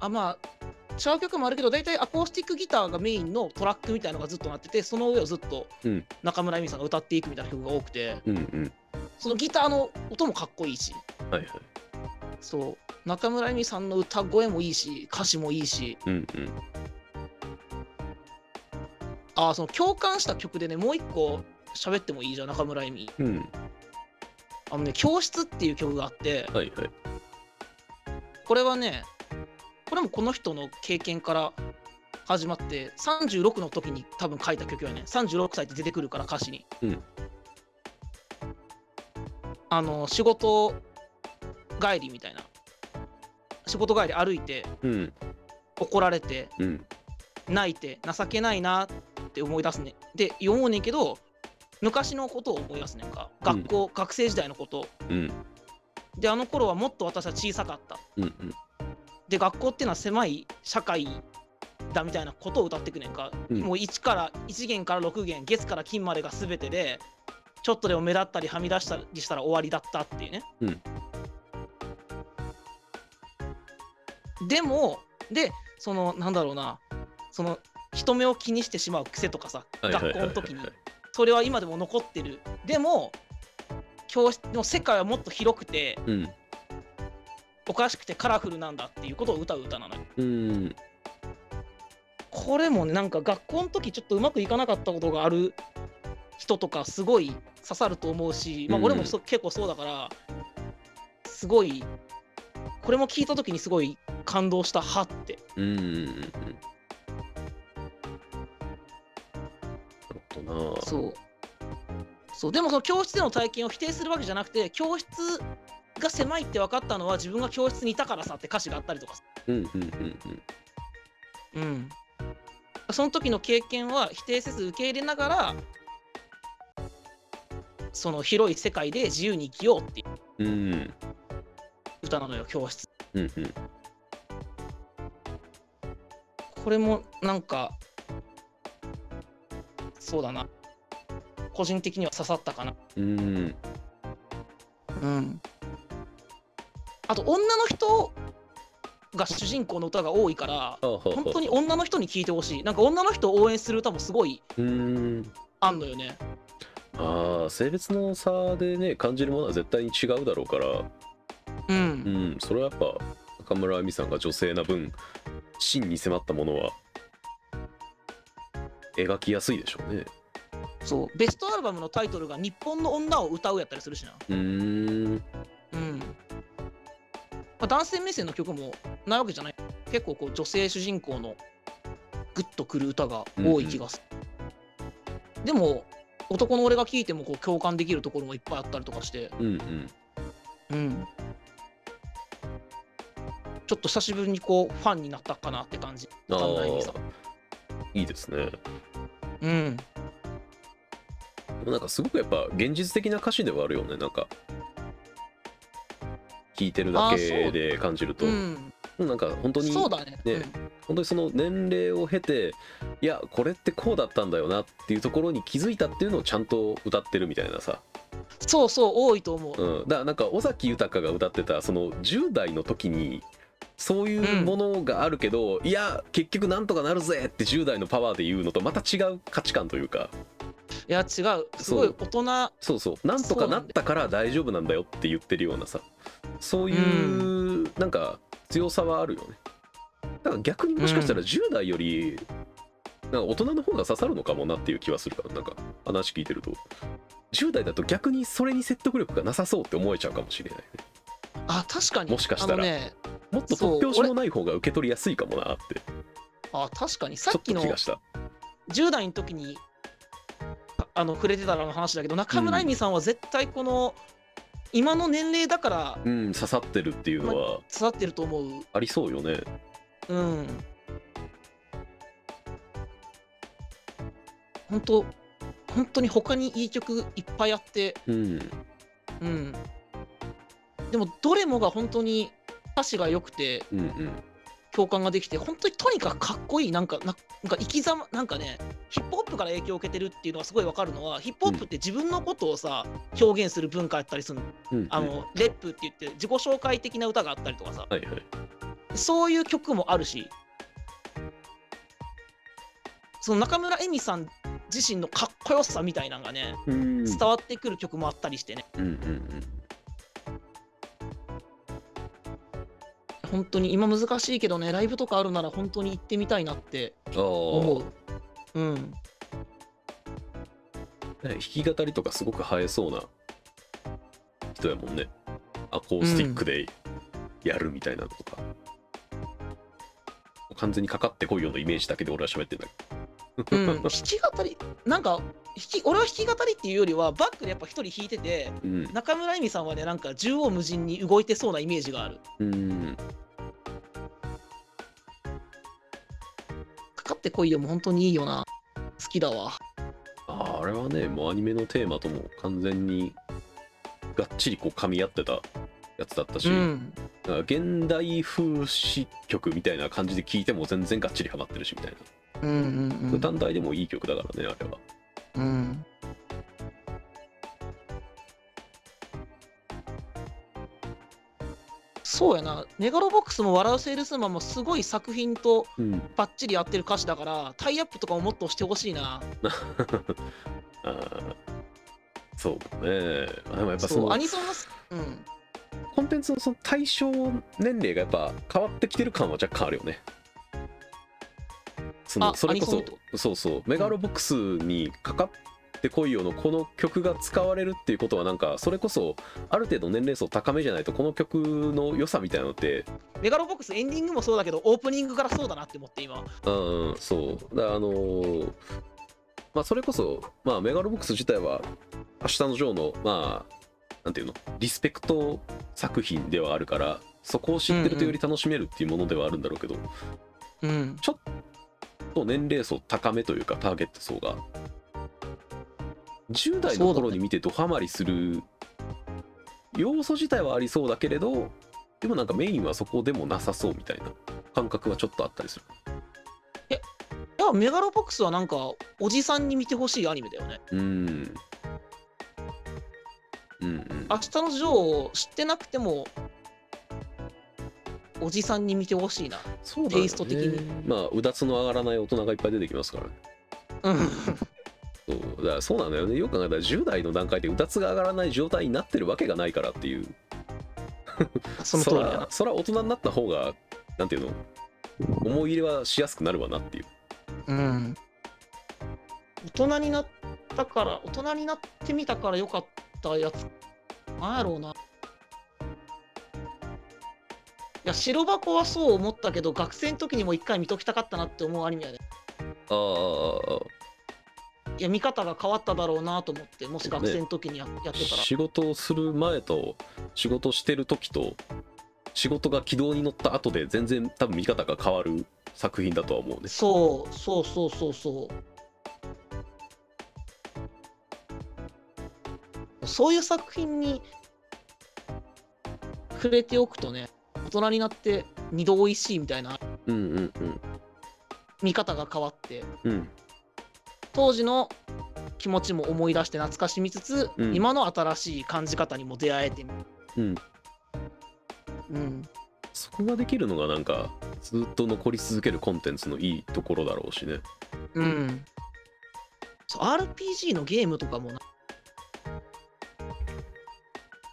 Speaker 1: あまあ違う曲もあるけどだいたいアコースティックギターがメインのトラックみたいなのがずっとなっててその上をずっと
Speaker 2: うん
Speaker 1: 中村恵美さんが歌っていくみたいな曲が多くて
Speaker 2: うんうん
Speaker 1: そのギターの音もかっこいいし
Speaker 2: はいはい
Speaker 1: そう中村恵美さんの歌声もいいし歌詞もいいし
Speaker 2: うんうん
Speaker 1: あーその共感した曲でねもう一個喋ってもいいじゃん中村恵美
Speaker 2: うん
Speaker 1: あのね「教室」っていう曲があって
Speaker 2: はいはい
Speaker 1: これはねこれもこの人の経験から始まって36の時に多分書いた曲やね36歳って出てくるから歌詞に、
Speaker 2: うん
Speaker 1: あの仕事帰りみたいな仕事帰り歩いて
Speaker 2: うん
Speaker 1: 怒られて
Speaker 2: うん
Speaker 1: 泣いて情けないなって思い出すねで読もうねんけど昔のことを思い出すねんか
Speaker 2: うん
Speaker 1: 学校、学生時代のこと
Speaker 2: うん
Speaker 1: であの頃はもっと私は小さかった
Speaker 2: うんうん
Speaker 1: で学校っていうのは狭い社会だみたいなことを歌ってくねんか、
Speaker 2: うん
Speaker 1: もう1から1弦から6弦月から金までが全てでちょっとでも目立ったりはみ出したりしたら終わりだったっていうね、でもでそのなんだろうなその人目を気にしてしまう癖とかさ
Speaker 2: はいはい
Speaker 1: 学
Speaker 2: はい
Speaker 1: 校
Speaker 2: はい
Speaker 1: の時にそれは今でも残ってるでも教室の世界はもっと広くて
Speaker 2: うん
Speaker 1: おかしくてカラフルなんだっていうことを歌う歌なのよ
Speaker 2: うん
Speaker 1: これもねなんか学校の時ちょっとうまくいかなかったことがある人とかすごい刺さると思うし、まあ、
Speaker 2: うん
Speaker 1: 俺もそ、結構そうだからすごいこれも聞いた時にすごい感動した「は」って
Speaker 2: うんうんうんなるほどな
Speaker 1: そうそうでもその教室での体験を否定するわけじゃなくて教室が狭いって分かったのは自分が教室にいたからさって歌詞があったりとかさ
Speaker 2: うんうんうんうん
Speaker 1: うんその時の経験は否定せず受け入れながらその広い世界で自由に生きようっていう
Speaker 2: うん
Speaker 1: 歌なのよ教室
Speaker 2: うんうん
Speaker 1: これもなんかそうだな個人的には刺さったかな
Speaker 2: うん
Speaker 1: うんあと女の人が主人公の歌が多いから
Speaker 2: あはは
Speaker 1: 本当に女の人に聴いてほしいなんか女の人を応援する歌もすごい
Speaker 2: うん
Speaker 1: あんのよね
Speaker 2: ああ性別の差でね感じるものは絶対に違うだろうから
Speaker 1: う
Speaker 2: うんんそれはやっぱ中村亜美さんが女性な分真に迫ったものは描きやすいでしょうね
Speaker 1: そうベストアルバムのタイトルが「日本の女を歌う」やったりするしな
Speaker 2: うーん
Speaker 1: うん、まあ、男性目線の曲もないわけじゃない結構こう女性主人公のグッとくる歌が多い気がする、でも男の俺が聴いてもこう共感できるところもいっぱいあったりとかして、
Speaker 2: うんうん
Speaker 1: うん、ちょっと久しぶりにこうファンになったかなって感じ
Speaker 2: あ
Speaker 1: 中村恵美さん
Speaker 2: ーいいですね
Speaker 1: うん
Speaker 2: なんかすごくやっぱ現実的な歌詞ではあるよねなんか聞いてるだ
Speaker 1: あーそ
Speaker 2: け
Speaker 1: う
Speaker 2: で感じると、
Speaker 1: うん
Speaker 2: なんか本当に
Speaker 1: そうだね
Speaker 2: ね本当にその年齢を経ていやこれってこうだったんだよなっていうところに気づいたっていうのをちゃんと歌ってるみたいなさ、
Speaker 1: うんそうそう多いと思う、
Speaker 2: うん、だからなんか尾崎豊が歌ってたその10代の時にそういうものがあるけど、いや結局なんとかなるぜって10代のパワーで言うのとまた違う価値観というか
Speaker 1: いや違うすごい大人
Speaker 2: そうそうなんとかなったから大丈夫なんだよって言ってるようなさそういうなんか強さはあるよねだから逆にもしかしたら
Speaker 1: う
Speaker 2: 10代よりなんか大人の方が刺さるのかもなっていう気はするからなんか話聞いてると10代だと逆にそれに説得力がなさそうって思えちゃうかもしれないね
Speaker 1: あ確かに
Speaker 2: もしかしたら
Speaker 1: あのね
Speaker 2: もっと
Speaker 1: そう
Speaker 2: 突拍子もない方が受け取りやすいかもなって
Speaker 1: あ確かにさ
Speaker 2: ちょ
Speaker 1: っ
Speaker 2: っ
Speaker 1: き
Speaker 2: と
Speaker 1: の
Speaker 2: 気がした
Speaker 1: 10代の時にああの触れてたらの話だけど中村恵美さんは絶対この、今の年齢だから
Speaker 2: うん刺さってるっていうのは
Speaker 1: 刺さってると思う
Speaker 2: ありそうよね
Speaker 1: うん本当本当に他にいい曲いっぱいあって
Speaker 2: うん
Speaker 1: うんでもどれもが本当に歌詞が良くて
Speaker 2: うんうん
Speaker 1: 共感ができて本当にとにかくかっこいいなんかななんか生き様なんかねヒップホップから影響を受けてるっていうのがすごいわかるのはヒップホップって自分のことをさ表現する文化やったりするの
Speaker 2: うん
Speaker 1: あのレップって言って自己紹介的な歌があったりとかさ
Speaker 2: はいはい
Speaker 1: そういう曲もあるしその中村恵美さん自身のかっこよさみたいなのがね
Speaker 2: うん
Speaker 1: 伝わってくる曲もあったりしてね
Speaker 2: うんうんうん
Speaker 1: 本当に今難しいけどねライブとかあるなら本当に行ってみたいなって
Speaker 2: あー
Speaker 1: 思う。うん、
Speaker 2: ね弾き語りとかすごく映えそうな人やもんねアコースティックでやるみたいなのとか、完全にかかってこいよのイメージだけで俺は喋ってんだけ
Speaker 1: う
Speaker 2: ど
Speaker 1: ん、 弾き語りなんか弾き俺は弾き語りっていうよりはバックでやっぱ一人弾いてて
Speaker 2: うん
Speaker 1: 中村恵美さんはねなんか縦横無尽に動いてそうなイメージがある
Speaker 2: うん
Speaker 1: かかってこいよも本当にいいよな好きだわ
Speaker 2: あーあれはねもうアニメのテーマとも完全にがっちりこう噛み合ってたやつだったし、
Speaker 1: うん
Speaker 2: なんか現代風詞曲みたいな感じで聴いても全然がっちりハマってるしみたい
Speaker 1: うんうんう
Speaker 2: な、
Speaker 1: ん
Speaker 2: 単体でもいい曲だからねあれは
Speaker 1: うんそうやなメガロボックスも「笑うセールスマン」もすごい作品と
Speaker 2: うん
Speaker 1: バッチリ合ってる歌詞だからタイアップとかをもっとしてほしいな
Speaker 2: あーそうねあでもやっぱそ
Speaker 1: そうア
Speaker 2: の
Speaker 1: ニソンのすうん
Speaker 2: コンテンツのその対象年齢がやっぱ変わってきてる感は若干あるよねその
Speaker 1: あ
Speaker 2: それこ
Speaker 1: アニ
Speaker 2: そ
Speaker 1: ソン
Speaker 2: そうそうメガロボックスにかかってこいよのこの曲が使われるっていうことはなんかそれこそある程度年齢層高めじゃないとこの曲の良さみたいなのって
Speaker 1: メガロボックスエンディングもそうだけどオープニングからそうだなって思って今
Speaker 2: うんそうだからあのーまあそれこそ、まあ、メガロボックス自体は「明日のジョーの」まあなんていうのリスペクト作品ではあるからそこを知ってるとより楽しめるっていうものではあるんだろうけど、
Speaker 1: うん
Speaker 2: そう年齢層高めというかターゲット層が10代の頃に見てドハマりする要素自体はありそうだけれどでもなんかメインはそこでもなさそうみたいな感覚はちょっとあったりする
Speaker 1: いやメガロボックスはなんかおじさんに見てほしいアニメだよね
Speaker 2: うんうんうん
Speaker 1: 明日のジョーを知ってなくてもおじさんに見てほしいな
Speaker 2: そう
Speaker 1: テイスト的に
Speaker 2: まあうだつの上がらない大人がいっぱい出てきますからね
Speaker 1: うん
Speaker 2: そうだからそうなんだよねよく考えたら10代の段階でうだつが上がらない状態になってるわけがないからっていう
Speaker 1: その通りだ
Speaker 2: そら
Speaker 1: な
Speaker 2: そら大人になった方がなんていうの思い入れはしやすくなるわなっていう
Speaker 1: うん大人になったから大人になってみたから良かったやつなんやろうないや白箱はそう思ったけど学生の時にも一回見ときたかったなって思うアニメやね
Speaker 2: ああ
Speaker 1: いや見方が変わっただろうなと思ってもし学生の時にや,、やってたら
Speaker 2: 仕事をする前と仕事してる時と仕事が軌道に乗った後で全然多分見方が変わる作品だとは思うね
Speaker 1: そうそうそうそうそうそういう作品に触れておくとね大人になって二度おいしいみたいな
Speaker 2: うんうんうん
Speaker 1: 見方が変わって
Speaker 2: うん
Speaker 1: 当時の気持ちも思い出して懐かしみつつ、
Speaker 2: うん
Speaker 1: 今の新しい感じ方にも出会えてみる
Speaker 2: うん
Speaker 1: うん
Speaker 2: そこができるのがなんかずっと残り続けるコンテンツのいいところだろうしね
Speaker 1: うんそう RPG のゲームとかもな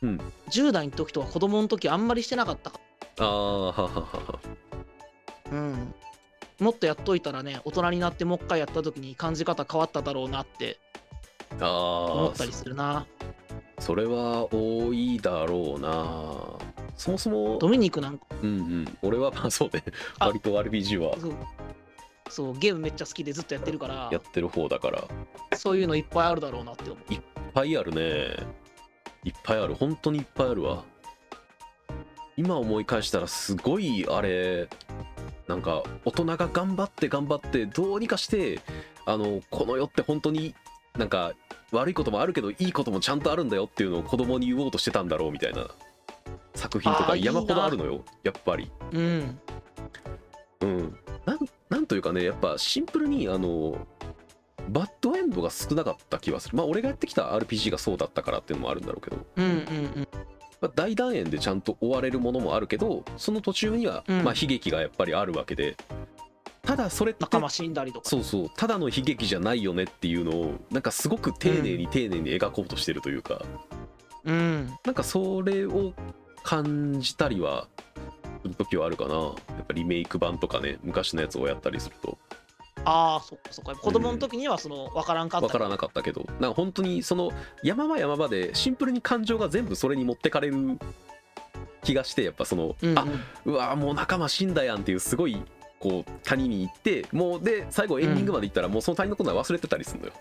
Speaker 2: うん
Speaker 1: 10代の時とか子供の時あんまりしてなかったか
Speaker 2: ああはははは
Speaker 1: ら、うん、もっとやっといたらね大人になってもう一回やった時に感じ方変わっただろうなって思
Speaker 2: ああ
Speaker 1: ったりするな
Speaker 2: それは多いだろうなそもそも
Speaker 1: ドミニクなんか
Speaker 2: うんうん俺は まあそうね
Speaker 1: あ
Speaker 2: 割と RPG は
Speaker 1: そうそうゲームめっちゃ好きでずっとやってるから
Speaker 2: やってる方だからい
Speaker 1: そういうのいっぱいあるだろうなって思う
Speaker 2: っぱいあるねいっぱいある本当にいっぱいあるわ今思い返したらすごいあれなんか大人が頑張って頑張ってどうにかしてあのこの世って本当になんか悪いこともあるけどいいこともちゃんとあるんだよっていうのを子供に言おうとしてたんだろうみたいな作品と
Speaker 1: あ
Speaker 2: か
Speaker 1: ーいいな
Speaker 2: 山ほどあるのよやっぱり
Speaker 1: うん
Speaker 2: うん、なんなんというかねやっぱシンプルにあのバッドエンドが少なかった気はするまあ俺がやってきた RPG がそうだったからっていうのもあるんだろうけど、
Speaker 1: うんうん
Speaker 2: まあ大団円でちゃんと追われるものもあるけどその途中には、
Speaker 1: うん
Speaker 2: まあ、悲劇がやっぱりあるわけでただそれって
Speaker 1: 仲間死んだりとか
Speaker 2: そうそうただの悲劇じゃないよねっていうのをなんかすごく丁寧に丁寧に描こうとしてるというか、
Speaker 1: うん
Speaker 2: なんかそれを感じたりはする時はあるかなやっぱリメイク版とかね昔のやつをやったりすると
Speaker 1: ああそっかそっか子供の時にはその分からんかった
Speaker 2: 分からな
Speaker 1: か
Speaker 2: かったけどなんか本当にその山場山場でシンプルに感情が全部それに持ってかれる気がしてやっぱその、
Speaker 1: うんうん
Speaker 2: あうわーもう仲間死んだやんっていうすごいこう谷に行ってもうで最後エンディングまで行ったらもうその谷のことは忘れてたりするのよ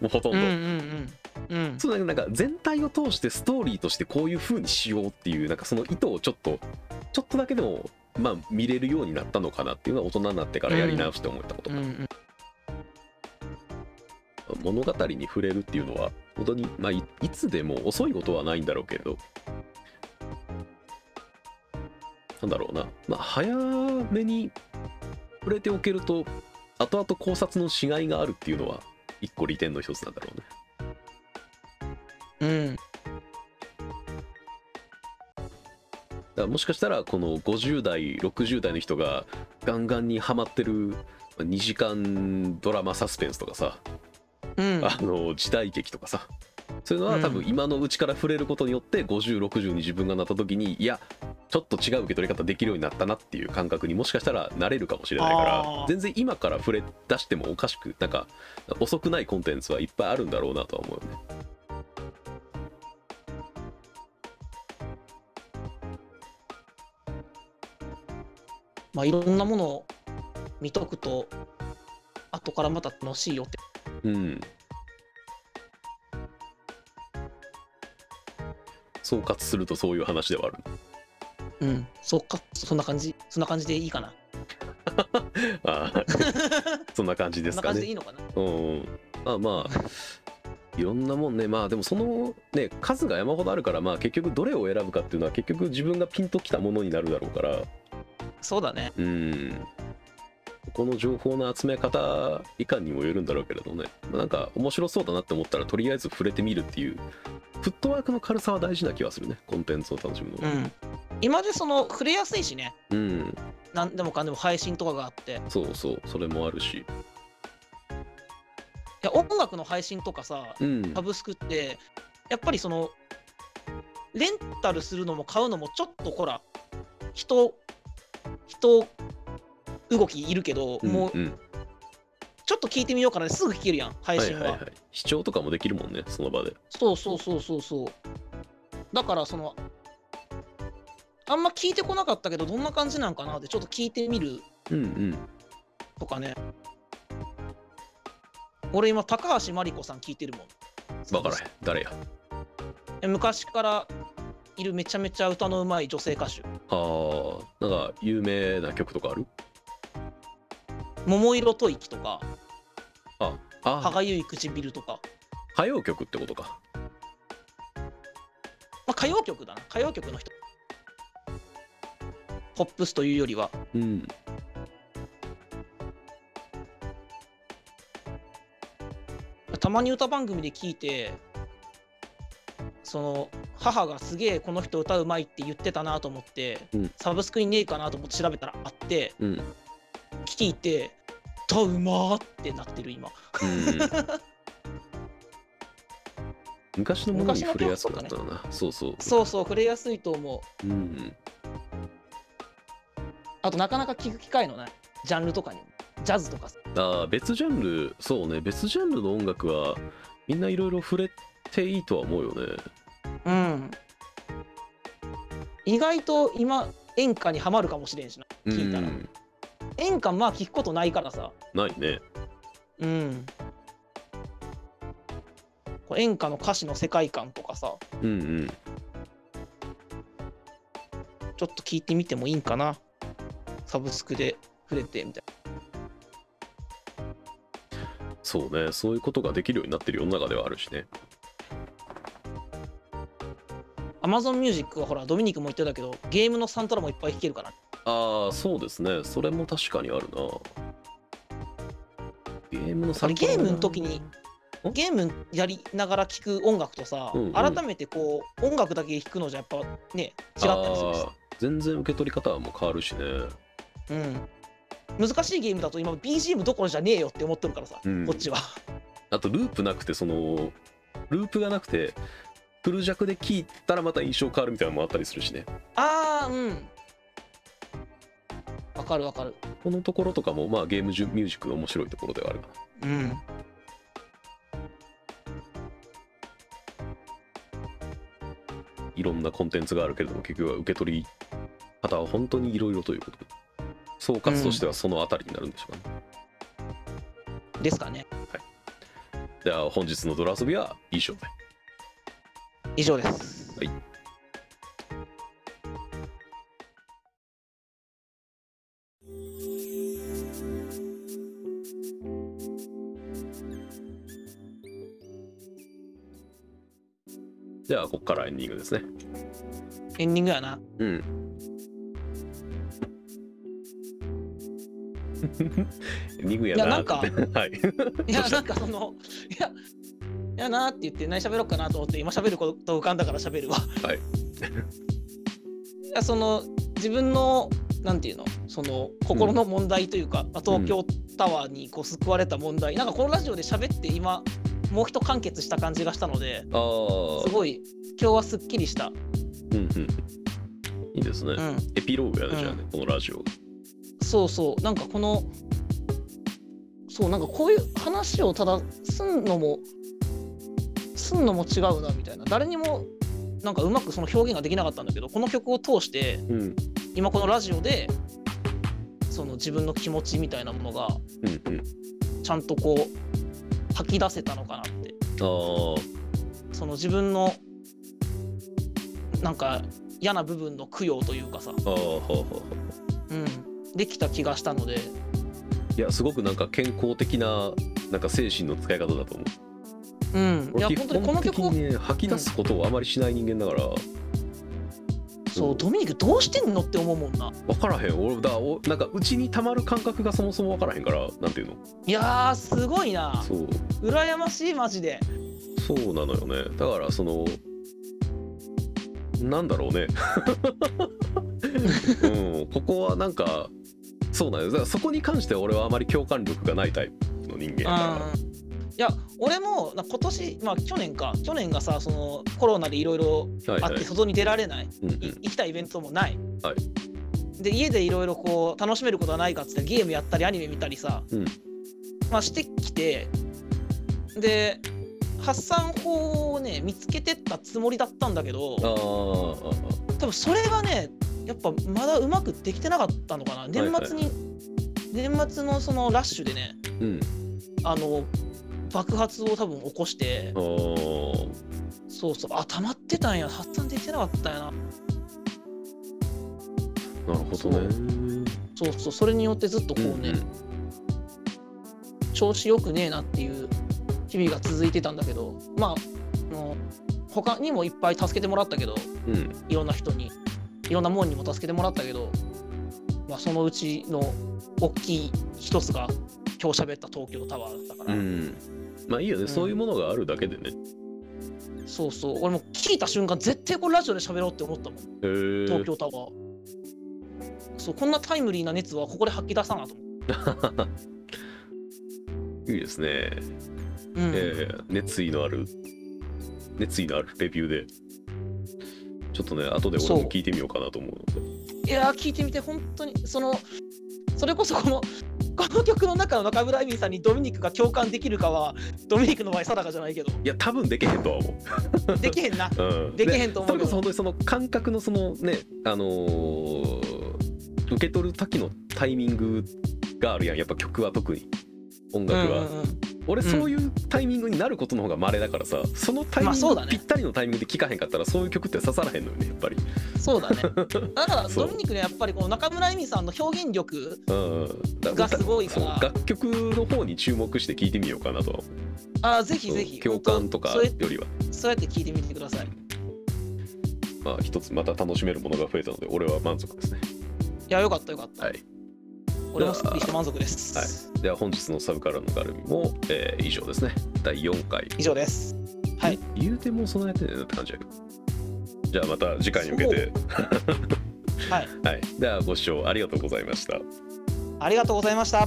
Speaker 2: もうほとん
Speaker 1: う
Speaker 2: ど。
Speaker 1: んうんうんうん
Speaker 2: そうなんかなんか全体を通してストーリーとしてこういう風にしようっていうなんかその意図をちょっとちょっとだけでもまあ見れるようになったのかなっていうのは大人になってからやり直して思ったこと
Speaker 1: うんうん
Speaker 2: 物語に触れるっていうのは本当に、まあ、いいつでも遅いことはないんだろうけれどなんだろうな、まあ、早めに触れておけると後々考察のしがいがあるっていうのは一個利点の一つなんだろうね。
Speaker 1: うん
Speaker 2: だからもしかしたらこの50代60代の人がガンガンにハマってる2時間ドラマサスペンスとかさ、
Speaker 1: うん
Speaker 2: あの時代劇とかさそういうのは多
Speaker 1: う
Speaker 2: 分
Speaker 1: ん
Speaker 2: 今のうちから触れることによって5060に自分がなった時にいやちょっと違う受け取り方できるようになったなっていう感覚にもしかしたらなれるかもしれないか
Speaker 1: あ
Speaker 2: ら
Speaker 1: ー
Speaker 2: 全然今から触れ出してもおかしくなんか遅くないコンテンツはいっぱいあるんだろうなとは思うよね。
Speaker 1: まあいろんなものを見とくと後からまた楽しいよって
Speaker 2: うん。総括するとそういう話ではある。
Speaker 1: うんそっかそんな感じそんな感じでいいかな
Speaker 2: ああ、 そんな感じで
Speaker 1: そんな
Speaker 2: すか
Speaker 1: 感じで
Speaker 2: ね
Speaker 1: い。いのかな
Speaker 2: うん。まあ まあ、いろんなもんね。まあでもそのね、数が山ほどあるから、まあ結局どれを選ぶかっていうのは結局自分がピンときたものになるだろうから、
Speaker 1: そうだね
Speaker 2: うん。この情報の集め方いかんにもよるんだろうけれどね。まあなんか面白そうだなって思ったらとりあえず触れてみるっていう、フットワークの軽さは大事な気はするね。コンテンツを楽しむのは。
Speaker 1: うん今でその触れやすいしね
Speaker 2: うん、
Speaker 1: 何でもかんでも配信とかがあってい
Speaker 2: そうそう、それもあるし。
Speaker 1: や音楽の配信とかさ
Speaker 2: うん
Speaker 1: サ、ブスクってやっぱりそのレンタルするのも買うのもちょっとほら人人動きいるけど、もうん
Speaker 2: ん
Speaker 1: ちょっと聞いてみようかなですぐ聞けるやん配
Speaker 2: はい
Speaker 1: 信は,、
Speaker 2: はいはい。視聴とかもできるもんね、その場で。
Speaker 1: そうそうそうそうそうだからそのあんま聞いてこなかったけどどんな感じなんかなってちょっと聞いてみる
Speaker 2: うんうん。
Speaker 1: とかね俺今高橋真理子さん聞いてるもん
Speaker 2: わからへん。誰や。
Speaker 1: え昔からいるめちゃめちゃ歌のうまい女性歌手
Speaker 2: ああ、なんか有名な曲とかある
Speaker 1: 「桃色吐息」とか
Speaker 2: あ、
Speaker 1: 「
Speaker 2: あ
Speaker 1: 歯がゆい唇」とか、
Speaker 2: 歌謡曲ってことか。
Speaker 1: まあ、歌謡曲だな歌謡曲の人ポップスというよりは
Speaker 2: うん。
Speaker 1: たまに歌番組で聞いてその母がすげえこの人歌うまいって言ってたなと思って、
Speaker 2: うん
Speaker 1: サブスクにねえかなと思って調べたらあって
Speaker 2: うん。
Speaker 1: 聞いて歌うまーってなってる今
Speaker 2: うん、昔のものに触れやすくなった
Speaker 1: 昔
Speaker 2: よな。そうそう。
Speaker 1: そうそう触れやすいと思う
Speaker 2: うん。
Speaker 1: あとなかなか聞く機会のないジャンルとかにもジャズとかさ
Speaker 2: ああ、別ジャンル、そうね、別ジャンルの音楽はみんないろいろ触れていいとは思うよね。
Speaker 1: うん意外と今演歌にはまるかもしれんしな聞いたら
Speaker 2: うん、
Speaker 1: 演歌まあ聞くことないからさ
Speaker 2: ないね。
Speaker 1: うんこう演歌の歌詞の世界観とかさ
Speaker 2: うんうん。
Speaker 1: ちょっと聞いてみてもいいんかなサブスクで触れてみたい
Speaker 2: そうね、そういうことができるようになってる世の中ではあるしね。
Speaker 1: な Amazon Music はほらドミニクも言ってたけどゲームのサントラもいっぱい弾けるから
Speaker 2: ああそうですねそれも確かにあるなゲー
Speaker 1: あ
Speaker 2: ムの
Speaker 1: れ
Speaker 2: 参考
Speaker 1: ゲー
Speaker 2: にならん
Speaker 1: ムの時に
Speaker 2: ん
Speaker 1: ゲームやりながら聴く音楽とさ、
Speaker 2: うんうん
Speaker 1: 改めてこう音楽だけ弾くのじゃやっぱね違ったりするし
Speaker 2: あー全然受け取り方はもう変わるしね
Speaker 1: うん、難しいゲームだと今 BGM どころじゃねえよって思ってるからさ、
Speaker 2: うん
Speaker 1: こっちは
Speaker 2: あとループなくてそのループがなくてフル弱で聞いたらまた印象変わるみたいなのもあったりするしね
Speaker 1: あーうんわかるわかる
Speaker 2: このところとかもまあゲームじゅミュージックの面白いところではあるかな
Speaker 1: うん
Speaker 2: いろんなコンテンツがあるけれども結局は受け取り方は本当にいろいろということで総括としてはそのあたりになるんでしょうかね、
Speaker 1: ですかね
Speaker 2: では本日のドラ遊びは以上で
Speaker 1: 以上です
Speaker 2: ではここからエンディングですね
Speaker 1: エンディングやな
Speaker 2: うん エンディングやない
Speaker 1: やなん か
Speaker 2: はい
Speaker 1: い
Speaker 2: どう
Speaker 1: や
Speaker 2: した
Speaker 1: なんかそのいやいやなーって言って何喋ろうかなと思って今喋ること浮かんだから喋るわ
Speaker 2: はい
Speaker 1: いやその自分のなんていうのその心の問題というか、まあ東京タワーにこう救われた問題、なんかこのラジオで喋って今もう一完結した感じがしたので
Speaker 2: ああ
Speaker 1: すごい今日はすっきりした、
Speaker 2: うんうんいいですね、
Speaker 1: うん、
Speaker 2: エピローグやね、
Speaker 1: うん
Speaker 2: じゃあねこのラジオ
Speaker 1: そうそうなんかこのそうなんかこういう話をただすんのもすんのも違うなみたいな誰にもなんかうまくその表現ができなかったんだけどこの曲を通して
Speaker 2: うん
Speaker 1: 今このラジオでその自分の気持ちみたいなものが
Speaker 2: うんうん
Speaker 1: ちゃんとこう吐き出せたのかなって
Speaker 2: ああ
Speaker 1: その自分のなんか嫌な部分の供養というかさ、
Speaker 2: ああはあは
Speaker 1: う
Speaker 2: あ
Speaker 1: ん、できた気がしたので
Speaker 2: いやすごくなんか健康的ななんか精神の使い方だと思う
Speaker 1: うんいや
Speaker 2: 俺
Speaker 1: 本当にこの
Speaker 2: 基
Speaker 1: 曲
Speaker 2: 本
Speaker 1: を
Speaker 2: 的にね吐き出すことをあまりしない人間だから、
Speaker 1: そうドミニクどうしてんのって思うもんな
Speaker 2: 分からへん俺だおなんかうちにたまる感覚がそもそも分からへんからなんていうの
Speaker 1: いやーすごいな
Speaker 2: そう
Speaker 1: 羨ましいマジで
Speaker 2: そうなのよねだからそのなんだろうね、 うん、ここはなんかそうなんよだからそこに関しては俺はあまり共感力がないタイプの人間だか
Speaker 1: うんいや俺もな今年まあ去年か去年がさそのコロナでいろいろ
Speaker 2: らはい
Speaker 1: あっ
Speaker 2: は
Speaker 1: て
Speaker 2: い
Speaker 1: 外に出られない
Speaker 2: うん
Speaker 1: い行きたいイベントもない、
Speaker 2: は
Speaker 1: で家でいろいろこう楽しめることはないかっつってゲームやったりアニメ見たりさ、
Speaker 2: うん
Speaker 1: まあ、してきてで発散法をね見つけてったつもりだったんだけど
Speaker 2: あーあー
Speaker 1: 多分それがねやっぱまだうまくできてなかったのかな年末に、年末のそのラッシュでね
Speaker 2: あーうん
Speaker 1: あの爆発を多分起こして
Speaker 2: あー
Speaker 1: そうそうあ溜まってたんや発散できてなかったんやな
Speaker 2: なるほどね
Speaker 1: そうそうそれによってずっとこうね、
Speaker 2: んん
Speaker 1: 調子よくねえなっていう日々が続いてたんだけどまああの他にもいっぱい助けてもらったけど
Speaker 2: うん
Speaker 1: いろんな人にいろんなもんにも助けてもらったけど、まあ、そのうちの大きい一つが今日喋った東京タワーだったか
Speaker 2: う
Speaker 1: ら、
Speaker 2: ん、まあいいよね、
Speaker 1: ん
Speaker 2: そういうものがあるだけでね。
Speaker 1: そうそう俺も聞いた瞬間絶対これラジオで喋ろうって思ったもん
Speaker 2: へー
Speaker 1: 東京タワー、そうこんなタイムリーな熱はここで吐き出さなと思って、
Speaker 2: いいですね、
Speaker 1: うん
Speaker 2: えー熱意のある、熱意のあるレビューで。ちょっとね、後で
Speaker 1: そう
Speaker 2: 俺も聞いてみようかなと思うので。
Speaker 1: いやー聞いてみて本当にそのそれこそこのこの曲の中の中村エミさんにドミニクが共感できるかはドミニクの場合定かじゃない けど
Speaker 2: いや、多分できへんとは思
Speaker 1: できへんな
Speaker 2: う。うん、
Speaker 1: できへんと思
Speaker 2: そうれ
Speaker 1: け
Speaker 2: こそ
Speaker 1: ど
Speaker 2: 本当にその感覚のそのね、あのー受け取る時のタイミングがあるやん、やっぱ曲は特に。音楽は、
Speaker 1: うんうんうん
Speaker 2: 俺そういうタイミングになることの方が稀だからさそのタイミ
Speaker 1: まあ
Speaker 2: ン
Speaker 1: そう
Speaker 2: グ、
Speaker 1: だね
Speaker 2: ぴったりのタイミングで聴かへんかったらそういう曲って刺さらへんのよねやっぱり
Speaker 1: そう だねだから
Speaker 2: そう
Speaker 1: ドミニクねやっぱりこの中村エミさんの表現力
Speaker 2: うんだ
Speaker 1: がすごいから
Speaker 2: そう楽曲の方に注目して聴いてみようかなとは思う
Speaker 1: あーぜひ
Speaker 2: そう
Speaker 1: ぜひ
Speaker 2: 共感とか
Speaker 1: 本当そう
Speaker 2: よりは、
Speaker 1: やそうやって聞いてみてください
Speaker 2: まあ、一つまた楽しめるものが増えたので俺は満足ですね
Speaker 1: いやよかったよかった、
Speaker 2: はい
Speaker 1: 俺もすっきりして満足です、
Speaker 2: では本日のサブカルのガルミも、えー以上ですね第4回
Speaker 1: 以上ですはい
Speaker 2: 言うてもうそんなやってんねんなって感じだけどじゃあまた次回に向けて
Speaker 1: はい
Speaker 2: はいではご視聴ありがとうございました
Speaker 1: ありがとうございました